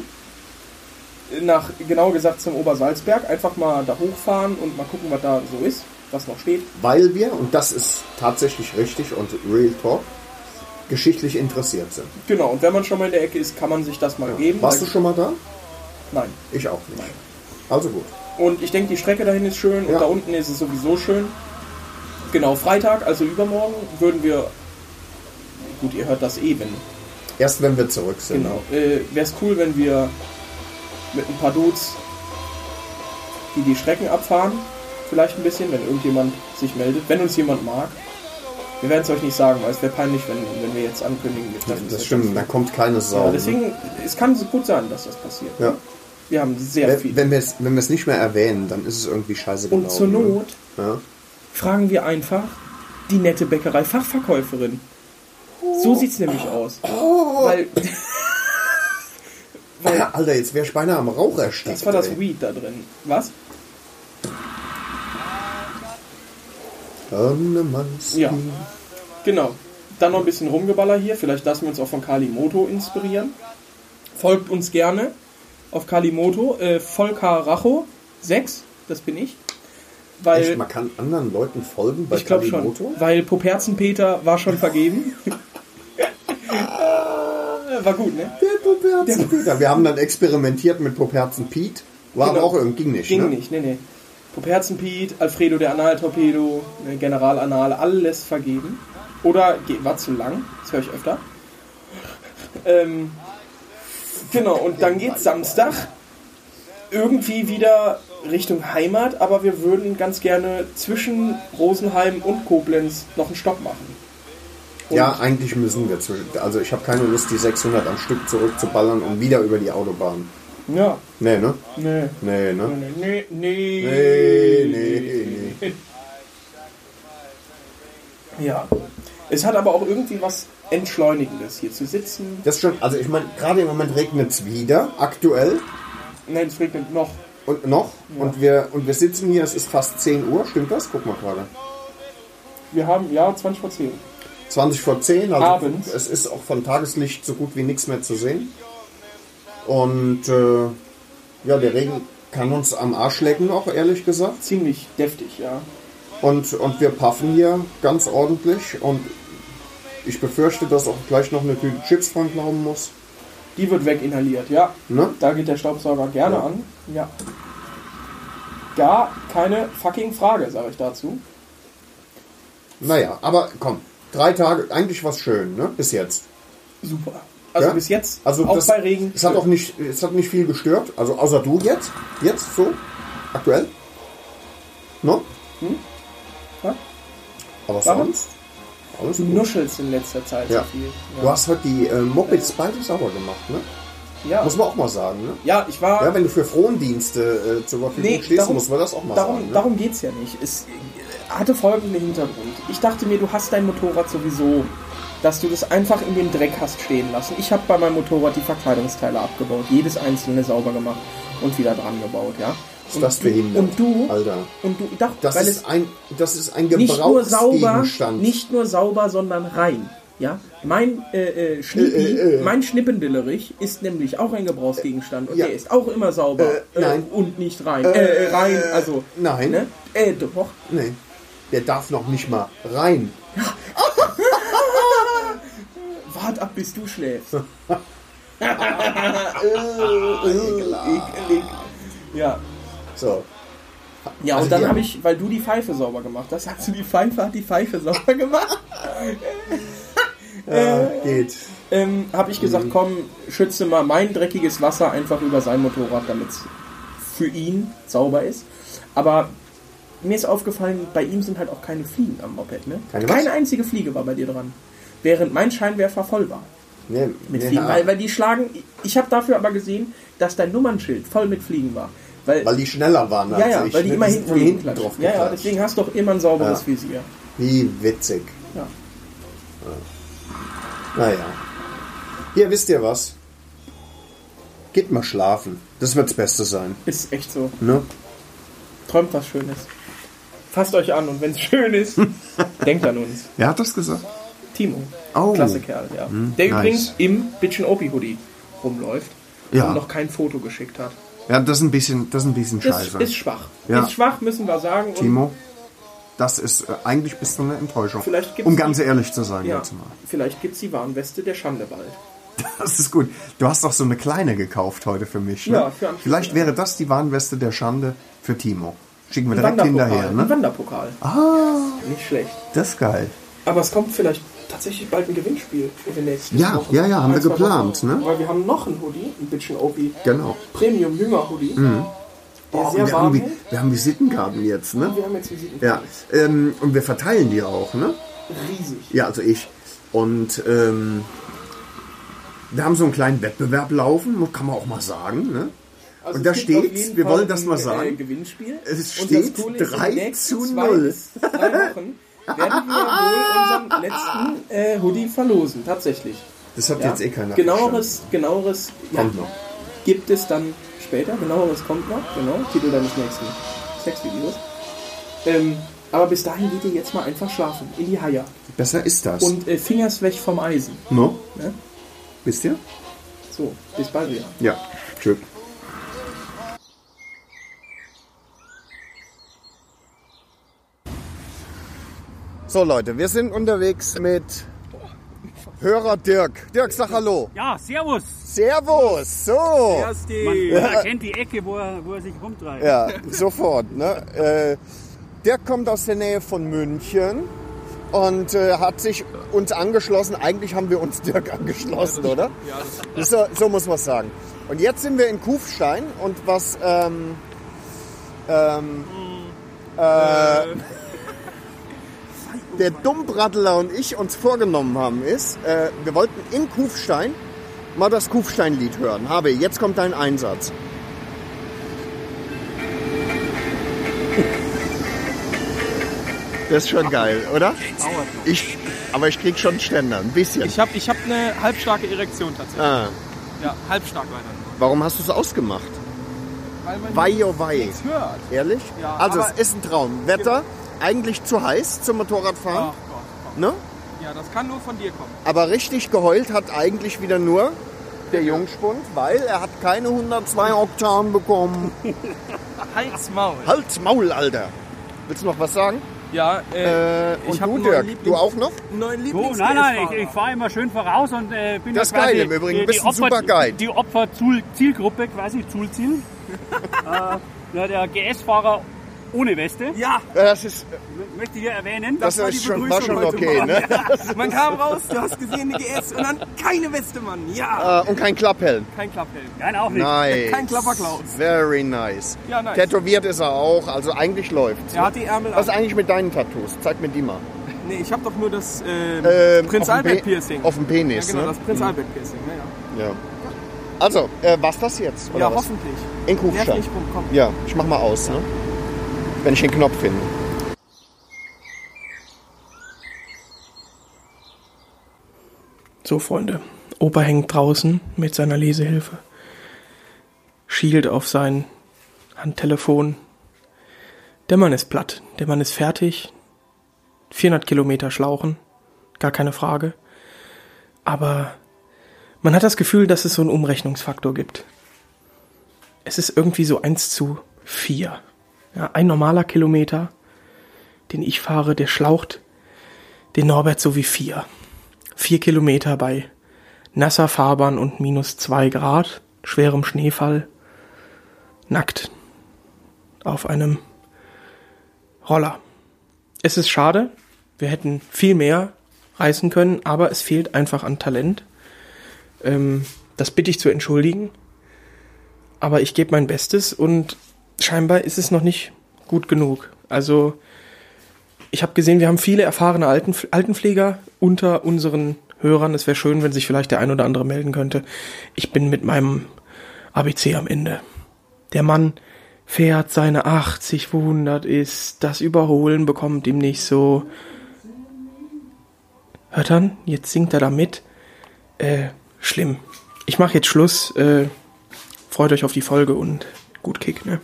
[SPEAKER 3] Äh, nach genau gesagt zum Obersalzberg, einfach mal da hochfahren und mal gucken, was da so ist, was noch steht.
[SPEAKER 2] Weil wir, und das ist tatsächlich richtig und real talk, geschichtlich interessiert sind.
[SPEAKER 3] Genau, und wenn man schon mal in der Ecke ist, kann man sich das mal geben.
[SPEAKER 2] Warst du schon mal da?
[SPEAKER 3] Nein.
[SPEAKER 2] Ich auch nicht. Also gut.
[SPEAKER 3] Und ich denke, die Strecke dahin ist schön
[SPEAKER 2] Ja.
[SPEAKER 3] und da unten ist es sowieso schön. Genau, Freitag, also übermorgen, würden wir. Gut, ihr hört das eh, eben.
[SPEAKER 2] Erst wenn wir zurück sind.
[SPEAKER 3] Genau. Äh, Wäre es cool, wenn wir mit ein paar Dudes, die die Strecken abfahren, vielleicht ein bisschen, wenn irgendjemand sich meldet, wenn uns jemand mag. Wir werden es euch nicht sagen, weil es wäre peinlich, wenn, wenn wir jetzt ankündigen, wir treffen uns
[SPEAKER 2] Das
[SPEAKER 3] jetzt.
[SPEAKER 2] stimmt, da kommt keine Sau.
[SPEAKER 3] Ja,
[SPEAKER 2] ne?
[SPEAKER 3] deswegen, es kann so gut sein, dass das passiert.
[SPEAKER 2] ja.
[SPEAKER 3] Wir haben sehr
[SPEAKER 2] Wenn
[SPEAKER 3] viel.
[SPEAKER 2] wenn wir es wenn wir es nicht mehr erwähnen, dann ist es irgendwie scheiße
[SPEAKER 3] Und zur
[SPEAKER 2] gelaufen, ne?
[SPEAKER 3] Not
[SPEAKER 2] Ja.
[SPEAKER 3] fragen wir einfach die nette Bäckerei Fachverkäuferin.
[SPEAKER 2] Oh.
[SPEAKER 3] So sieht's nämlich aus. Weil
[SPEAKER 2] Alter, jetzt wäre ich beinahe am Rauch erstickt.
[SPEAKER 3] das war das
[SPEAKER 2] ey.
[SPEAKER 3] Weed da drin. Was?
[SPEAKER 2] Hörnemanns-
[SPEAKER 3] Ja. Genau. Dann noch ein bisschen Rumgeballer hier. Vielleicht lassen wir uns auch von Kalimoto inspirieren. Folgt uns gerne auf Kalimoto. Äh, Volker Racho 6, das bin ich.
[SPEAKER 2] Echt,
[SPEAKER 3] Weil,
[SPEAKER 2] man kann anderen Leuten folgen bei
[SPEAKER 3] ich glaube schon,
[SPEAKER 2] Kalimoto?
[SPEAKER 3] weil Poperzenpeter war schon vergeben. Äh, war gut, ne?
[SPEAKER 2] Der Poperzen Peter. Wir haben dann experimentiert mit Poperzen Pete. War aber
[SPEAKER 3] Genau.
[SPEAKER 2] auch irgendwie ging nicht.
[SPEAKER 3] Ging
[SPEAKER 2] ne?
[SPEAKER 3] nicht, ne, ne. Poperzenpiet, Alfredo der Anal-Torpedo, äh, General Anal, alles vergeben. Oder ge- war zu lang, das höre ich öfter. Ähm, genau, und dann geht's Samstag irgendwie wieder Richtung Heimat, aber wir würden ganz gerne zwischen Rosenheim und Koblenz noch einen Stopp machen. Und
[SPEAKER 2] Ja, eigentlich müssen wir zwischen. Also ich habe keine Lust, die 600 am Stück zurückzuballern und wieder über die Autobahn.
[SPEAKER 3] Ja,
[SPEAKER 2] Nee, ne?
[SPEAKER 3] ne.
[SPEAKER 2] Nee, ne?
[SPEAKER 3] Nee, nee,
[SPEAKER 2] Nee, nee, nee.
[SPEAKER 3] Ja. Es hat aber auch irgendwie was Entschleunigendes, hier zu sitzen.
[SPEAKER 2] Das stimmt. Also ich meine, gerade im Moment regnet es wieder, aktuell
[SPEAKER 3] Nein, es regnet noch.
[SPEAKER 2] und noch. Und, wir, und wir sitzen hier, es ist fast 10 Uhr, stimmt das? Guck mal gerade.
[SPEAKER 3] Wir haben, ja, 20 vor 10.
[SPEAKER 2] 20 vor 10, also
[SPEAKER 3] Abends.
[SPEAKER 2] es ist auch von Tageslicht so gut wie nichts mehr zu sehen. Und äh, ja, der Regen kann uns am Arsch lecken, auch ehrlich gesagt.
[SPEAKER 3] Ziemlich deftig, ja.
[SPEAKER 2] Und, und wir paffen hier ganz ordentlich. Und ich befürchte, dass auch gleich noch eine Tüte Chips dran glauben muss.
[SPEAKER 3] Die wird weginhaliert, ja.
[SPEAKER 2] Ne?
[SPEAKER 3] Da geht der Staubsauger gerne
[SPEAKER 2] Ja.
[SPEAKER 3] an. Ja. Gar keine fucking Frage, sage ich dazu.
[SPEAKER 2] Naja, aber komm, drei Tage, eigentlich was schön, ne? Bis jetzt.
[SPEAKER 3] Super. Also
[SPEAKER 2] Ja?
[SPEAKER 3] bis jetzt,
[SPEAKER 2] Also
[SPEAKER 3] auch
[SPEAKER 2] das,
[SPEAKER 3] bei Regen.
[SPEAKER 2] Es hat auch nicht, es hat nicht viel gestört. Also außer du jetzt. Jetzt so. Aktuell. Ne?
[SPEAKER 3] Hm? Ja?
[SPEAKER 2] Aber
[SPEAKER 3] Warum?
[SPEAKER 2] sonst. Alles
[SPEAKER 3] Du
[SPEAKER 2] gut.
[SPEAKER 3] nuschelst in letzter Zeit
[SPEAKER 2] Ja.
[SPEAKER 3] so viel.
[SPEAKER 2] Du hast heute die äh, Mopeds beide sauber gemacht, ne?
[SPEAKER 3] Ja.
[SPEAKER 2] Muss man auch mal sagen, ne?
[SPEAKER 3] ja, ich war.
[SPEAKER 2] Ja, wenn du für Frohendienste äh, zur Verfügung
[SPEAKER 3] Nee,
[SPEAKER 2] stehst,
[SPEAKER 3] darum-
[SPEAKER 2] muss man das auch mal
[SPEAKER 3] darum,
[SPEAKER 2] sagen. Ne?
[SPEAKER 3] darum geht's ja nicht. Es hatte folgenden Hintergrund. Ich dachte mir, du hast dein Motorrad sowieso, dass du das einfach in dem Dreck hast stehen lassen. Ich habe bei meinem Motorrad die Verkleidungsteile abgebaut, jedes einzelne sauber gemacht und wieder dran gebaut, ja.
[SPEAKER 2] Ist das behindert,
[SPEAKER 3] und du,
[SPEAKER 2] Alter.
[SPEAKER 3] und du, doch,
[SPEAKER 2] Das
[SPEAKER 3] weil
[SPEAKER 2] ist,
[SPEAKER 3] es
[SPEAKER 2] ein, das ist ein
[SPEAKER 3] nicht nur sauber,
[SPEAKER 2] Gebrauchsgegenstand.
[SPEAKER 3] nicht nur sauber, sondern rein. Ja, mein äh, äh, Schnippi,
[SPEAKER 2] Äh, äh, äh.
[SPEAKER 3] mein Schnippendillerich ist nämlich auch ein Gebrauchsgegenstand und
[SPEAKER 2] ja.
[SPEAKER 3] der ist auch immer sauber
[SPEAKER 2] Äh, nein.
[SPEAKER 3] Äh, und nicht rein. Äh, äh, rein, also
[SPEAKER 2] Nein,
[SPEAKER 3] Ne? Äh, doch.
[SPEAKER 2] nee. Der darf noch nicht mal rein.
[SPEAKER 3] Wart ab, bis du schläfst.
[SPEAKER 2] Äh,
[SPEAKER 3] Ja.
[SPEAKER 2] So.
[SPEAKER 3] Ja,
[SPEAKER 2] Also
[SPEAKER 3] und dann
[SPEAKER 2] die-
[SPEAKER 3] habe ich, weil du die Pfeife sauber gemacht hast, sagst du, die Pfeife hat die Pfeife sauber gemacht.
[SPEAKER 2] Ja, geht.
[SPEAKER 3] Ähm, habe ich
[SPEAKER 2] Mhm.
[SPEAKER 3] gesagt, komm, schütze mal mein dreckiges Wasser einfach über sein Motorrad, damit es für ihn sauber ist. Aber mir ist aufgefallen, bei ihm sind halt auch keine Fliegen am Moped, ne?
[SPEAKER 2] Keine was?
[SPEAKER 3] keine einzige Fliege war bei dir dran. Während mein Scheinwerfer voll war.
[SPEAKER 2] Nee,
[SPEAKER 3] mit
[SPEAKER 2] nee,
[SPEAKER 3] Fliegen,
[SPEAKER 2] na,
[SPEAKER 3] weil, weil die schlagen. Ich habe dafür aber gesehen, dass dein Nummernschild voll mit Fliegen war. Weil,
[SPEAKER 2] weil die schneller waren
[SPEAKER 3] ja, ja,
[SPEAKER 2] als ich.
[SPEAKER 3] weil die
[SPEAKER 2] ne?
[SPEAKER 3] immer
[SPEAKER 2] Die sind
[SPEAKER 3] hinten,
[SPEAKER 2] von hinten
[SPEAKER 3] klatschen.
[SPEAKER 2] drauf
[SPEAKER 3] Ja, ja,
[SPEAKER 2] geklatscht.
[SPEAKER 3] deswegen hast du doch immer ein sauberes
[SPEAKER 2] Ja.
[SPEAKER 3] Visier.
[SPEAKER 2] Wie witzig.
[SPEAKER 3] Ja.
[SPEAKER 2] Naja. Hier, wisst ihr was? Geht mal schlafen. Das wird das Beste sein.
[SPEAKER 3] Ist echt so.
[SPEAKER 2] Ne?
[SPEAKER 3] Träumt was Schönes. Fasst euch an und wenn es schön ist, denkt an uns.
[SPEAKER 2] Wer hat das gesagt?
[SPEAKER 3] Timo.
[SPEAKER 2] Oh. Hm,
[SPEAKER 3] Klasse Kerl, ja. Der
[SPEAKER 2] nice.
[SPEAKER 3] übrigens im Bitchen Opi Hoodie rumläuft
[SPEAKER 2] Ja.
[SPEAKER 3] und noch kein Foto geschickt hat.
[SPEAKER 2] Ja, das ist ein bisschen, das ist ein bisschen
[SPEAKER 3] Ist, ist schwach.
[SPEAKER 2] Ja.
[SPEAKER 3] Ist schwach, müssen wir sagen. Und
[SPEAKER 2] Timo, Das ist äh, eigentlich bis zu einer Enttäuschung.
[SPEAKER 3] Vielleicht gibt's
[SPEAKER 2] um
[SPEAKER 3] die-
[SPEAKER 2] ganz ehrlich zu sein,
[SPEAKER 3] Ja,
[SPEAKER 2] jetzt mal.
[SPEAKER 3] vielleicht gibt's die Warnweste der Schande bald.
[SPEAKER 2] Das ist gut. Du hast doch so eine kleine gekauft heute für mich. Ne?
[SPEAKER 3] Ja, für Anfang,
[SPEAKER 2] Vielleicht
[SPEAKER 3] ja.
[SPEAKER 2] wäre das die Warnweste der Schande für Timo. Schicken wir direkt
[SPEAKER 3] Wanderpokal.
[SPEAKER 2] hinterher.
[SPEAKER 3] ein
[SPEAKER 2] Ne?
[SPEAKER 3] Wanderpokal.
[SPEAKER 2] Ah,
[SPEAKER 3] Nicht schlecht.
[SPEAKER 2] das ist geil.
[SPEAKER 3] Aber es kommt vielleicht tatsächlich bald ein Gewinnspiel in den nächsten
[SPEAKER 2] Ja,
[SPEAKER 3] Wochen.
[SPEAKER 2] ja, ja, haben
[SPEAKER 3] Ein,
[SPEAKER 2] wir
[SPEAKER 3] zwei
[SPEAKER 2] geplant,
[SPEAKER 3] Wochen.
[SPEAKER 2] ne?
[SPEAKER 3] Weil wir haben noch einen Hoodie, ein bisschen OP.
[SPEAKER 2] Genau.
[SPEAKER 3] Premium Jünger Hoodie. Der
[SPEAKER 2] Mhm. Boah, und
[SPEAKER 3] sehr
[SPEAKER 2] wir, haben,
[SPEAKER 3] warm
[SPEAKER 2] Vi-
[SPEAKER 3] hält.
[SPEAKER 2] wir haben Visitenkarten jetzt, ne?
[SPEAKER 3] Wir haben jetzt Visiten.
[SPEAKER 2] Ja. Ähm, und wir verteilen die auch, ne?
[SPEAKER 3] Riesig.
[SPEAKER 2] Ja, also ich. Und ähm, wir haben so einen kleinen Wettbewerb laufen, kann man auch mal sagen, ne?
[SPEAKER 3] Also
[SPEAKER 2] und da
[SPEAKER 3] es gibt auf
[SPEAKER 2] steht's,
[SPEAKER 3] jeden
[SPEAKER 2] wir
[SPEAKER 3] Fall
[SPEAKER 2] wollen das mal
[SPEAKER 3] ein, äh,
[SPEAKER 2] sagen.
[SPEAKER 3] Gewinnspiel.
[SPEAKER 2] Es
[SPEAKER 3] Und
[SPEAKER 2] steht
[SPEAKER 3] das Coole ist,
[SPEAKER 2] 3
[SPEAKER 3] die nächsten
[SPEAKER 2] zu
[SPEAKER 3] zwei
[SPEAKER 2] 0.
[SPEAKER 3] bis drei Wochen werden wir wohl unseren letzten äh, Hoodie verlosen, tatsächlich.
[SPEAKER 2] Das hat
[SPEAKER 3] Ja.
[SPEAKER 2] jetzt eh keiner.
[SPEAKER 3] genaueres, genaueres ja,
[SPEAKER 2] Kommt noch.
[SPEAKER 3] gibt es dann später. Genaueres kommt noch, genau. Titel deines nächsten Sexvideos. Ähm, aber bis dahin geht ihr jetzt mal einfach schlafen, in die Haie.
[SPEAKER 2] Besser ist das.
[SPEAKER 3] Und äh, Fingers weg vom Eisen.
[SPEAKER 2] no?
[SPEAKER 3] Ne?
[SPEAKER 2] Wisst ihr?
[SPEAKER 3] So, bis bald wieder.
[SPEAKER 2] Ja. Tschüss. So Leute, wir sind unterwegs mit Hörer Dirk. Dirk, sag Hallo.
[SPEAKER 4] Ja, servus.
[SPEAKER 2] Servus. So.
[SPEAKER 4] Man, man erkennt die Ecke, wo er, wo er sich rumtreibt.
[SPEAKER 2] Ja, sofort. Ne? Äh, Dirk kommt aus der Nähe von München und äh, hat sich uns angeschlossen. Eigentlich haben wir uns Dirk angeschlossen, oder? Ja. So, so muss man sagen. Und jetzt sind wir in Kufstein und was ähm, ähm, äh, der Dummbradler und ich uns vorgenommen haben ist, äh, wir wollten in Kufstein mal das Kufstein-Lied hören. Habe, jetzt kommt dein Einsatz. Das ist schon geil, oder? Ich, aber ich krieg schon Ständer, ein bisschen.
[SPEAKER 5] Ich habe ich hab eine halbstarke Erektion tatsächlich.
[SPEAKER 2] ah,
[SPEAKER 5] Ja, halbstark leider.
[SPEAKER 2] warum hast du es ausgemacht?
[SPEAKER 5] Weil man
[SPEAKER 2] Wei, oh wei.
[SPEAKER 5] nichts hört.
[SPEAKER 2] Ehrlich?
[SPEAKER 5] Ja,
[SPEAKER 2] also es
[SPEAKER 5] aber-
[SPEAKER 2] ist ein Traum. Wetter, eigentlich zu heiß zum Motorradfahren,
[SPEAKER 5] Ach Gott.
[SPEAKER 2] ne?
[SPEAKER 5] Ja, das kann nur von dir kommen.
[SPEAKER 2] aber richtig geheult hat eigentlich wieder nur der Jungspund, weil er hat keine 102 Oktan bekommen.
[SPEAKER 5] Halt's Maul.
[SPEAKER 2] Halt's Maul, Alter. Willst du noch was sagen?
[SPEAKER 5] Ja, äh,
[SPEAKER 2] Äh, und
[SPEAKER 5] Ich hab
[SPEAKER 2] du,
[SPEAKER 5] einen
[SPEAKER 2] Dirk,
[SPEAKER 5] neuen
[SPEAKER 2] du auch noch?
[SPEAKER 5] neuen
[SPEAKER 4] So, nein, nein, ich, ich fahre immer schön voraus und äh, bin
[SPEAKER 2] Das ist
[SPEAKER 4] ja quasi
[SPEAKER 2] geil im Übrigen,
[SPEAKER 4] die-
[SPEAKER 2] bist
[SPEAKER 4] die
[SPEAKER 2] ein super Guide.
[SPEAKER 4] Die Opfer-Zielgruppe quasi, Zulziel. äh, na, der GS-Fahrer ohne Weste,
[SPEAKER 5] Ja,
[SPEAKER 2] Ja, das ist,
[SPEAKER 4] m- möchte ich hier erwähnen.
[SPEAKER 2] das
[SPEAKER 5] war die
[SPEAKER 2] ist schon, war
[SPEAKER 5] Begrüßung
[SPEAKER 2] schon
[SPEAKER 5] heute
[SPEAKER 2] okay,
[SPEAKER 5] Morgen.
[SPEAKER 2] ne?
[SPEAKER 5] man kam raus, du hast gesehen, eine GS und dann keine Weste, Mann. Ja,
[SPEAKER 2] Äh, und kein Klapphelm.
[SPEAKER 5] kein Klapphelm.
[SPEAKER 4] Nein, auch nicht.
[SPEAKER 2] Nice.
[SPEAKER 5] Kein Klapperklaus.
[SPEAKER 2] Very nice.
[SPEAKER 5] Ja, nice.
[SPEAKER 2] Tätowiert ist er auch, also eigentlich läuft's.
[SPEAKER 5] Er hat die Ärmel
[SPEAKER 2] Was ist
[SPEAKER 5] an.
[SPEAKER 2] eigentlich mit deinen Tattoos? Zeig mir die mal.
[SPEAKER 5] Nee, ich habe doch nur das äh,
[SPEAKER 2] Ähm,
[SPEAKER 5] Prinz
[SPEAKER 2] auf dem
[SPEAKER 5] Albert
[SPEAKER 2] Pe-
[SPEAKER 5] Piercing.
[SPEAKER 2] Auf dem
[SPEAKER 5] ja,
[SPEAKER 2] Penis,
[SPEAKER 5] genau, das
[SPEAKER 2] ne?
[SPEAKER 5] Prinz Albert Piercing. Ne, ja,
[SPEAKER 2] Ja. Also, äh, war's das jetzt? Oder
[SPEAKER 5] ja
[SPEAKER 2] was?
[SPEAKER 5] hoffentlich.
[SPEAKER 2] In
[SPEAKER 5] Nerv
[SPEAKER 2] Kufstein.
[SPEAKER 5] nicht rum, komm.
[SPEAKER 2] Ja, ich mach mal aus, ne? Wenn ich den Knopf finde.
[SPEAKER 3] So, Freunde, Opa hängt draußen mit seiner Lesehilfe. Schielt auf sein Handtelefon. Der Mann ist platt, der Mann ist fertig. 400 Kilometer schlauchen, gar keine Frage. Aber man hat das Gefühl, dass es so einen Umrechnungsfaktor gibt. Es ist irgendwie so 1 zu 4. Ja, ein normaler Kilometer, den ich fahre, der schlaucht den Norbert so wie 4 vier Kilometer bei nasser Fahrbahn und minus zwei Grad, schwerem Schneefall, nackt auf einem Roller. Es ist schade, wir hätten viel mehr reißen können, aber es fehlt einfach an Talent. Ähm, das bitte ich zu entschuldigen, aber ich gebe mein Bestes und scheinbar ist es noch nicht gut genug. Also ich habe gesehen, wir haben viele erfahrene Alten, Altenpfleger unter unseren Hörern. Es wäre schön, wenn sich vielleicht der ein oder andere melden könnte. Ich bin mit meinem ABC am Ende. Der Mann fährt seine 80, wo 100 ist. Das Überholen bekommt ihm nicht so. Hört an, jetzt singt er da mit. Äh, schlimm. Ich mache jetzt Schluss. Äh, freut euch auf die Folge und gut Kick, ne?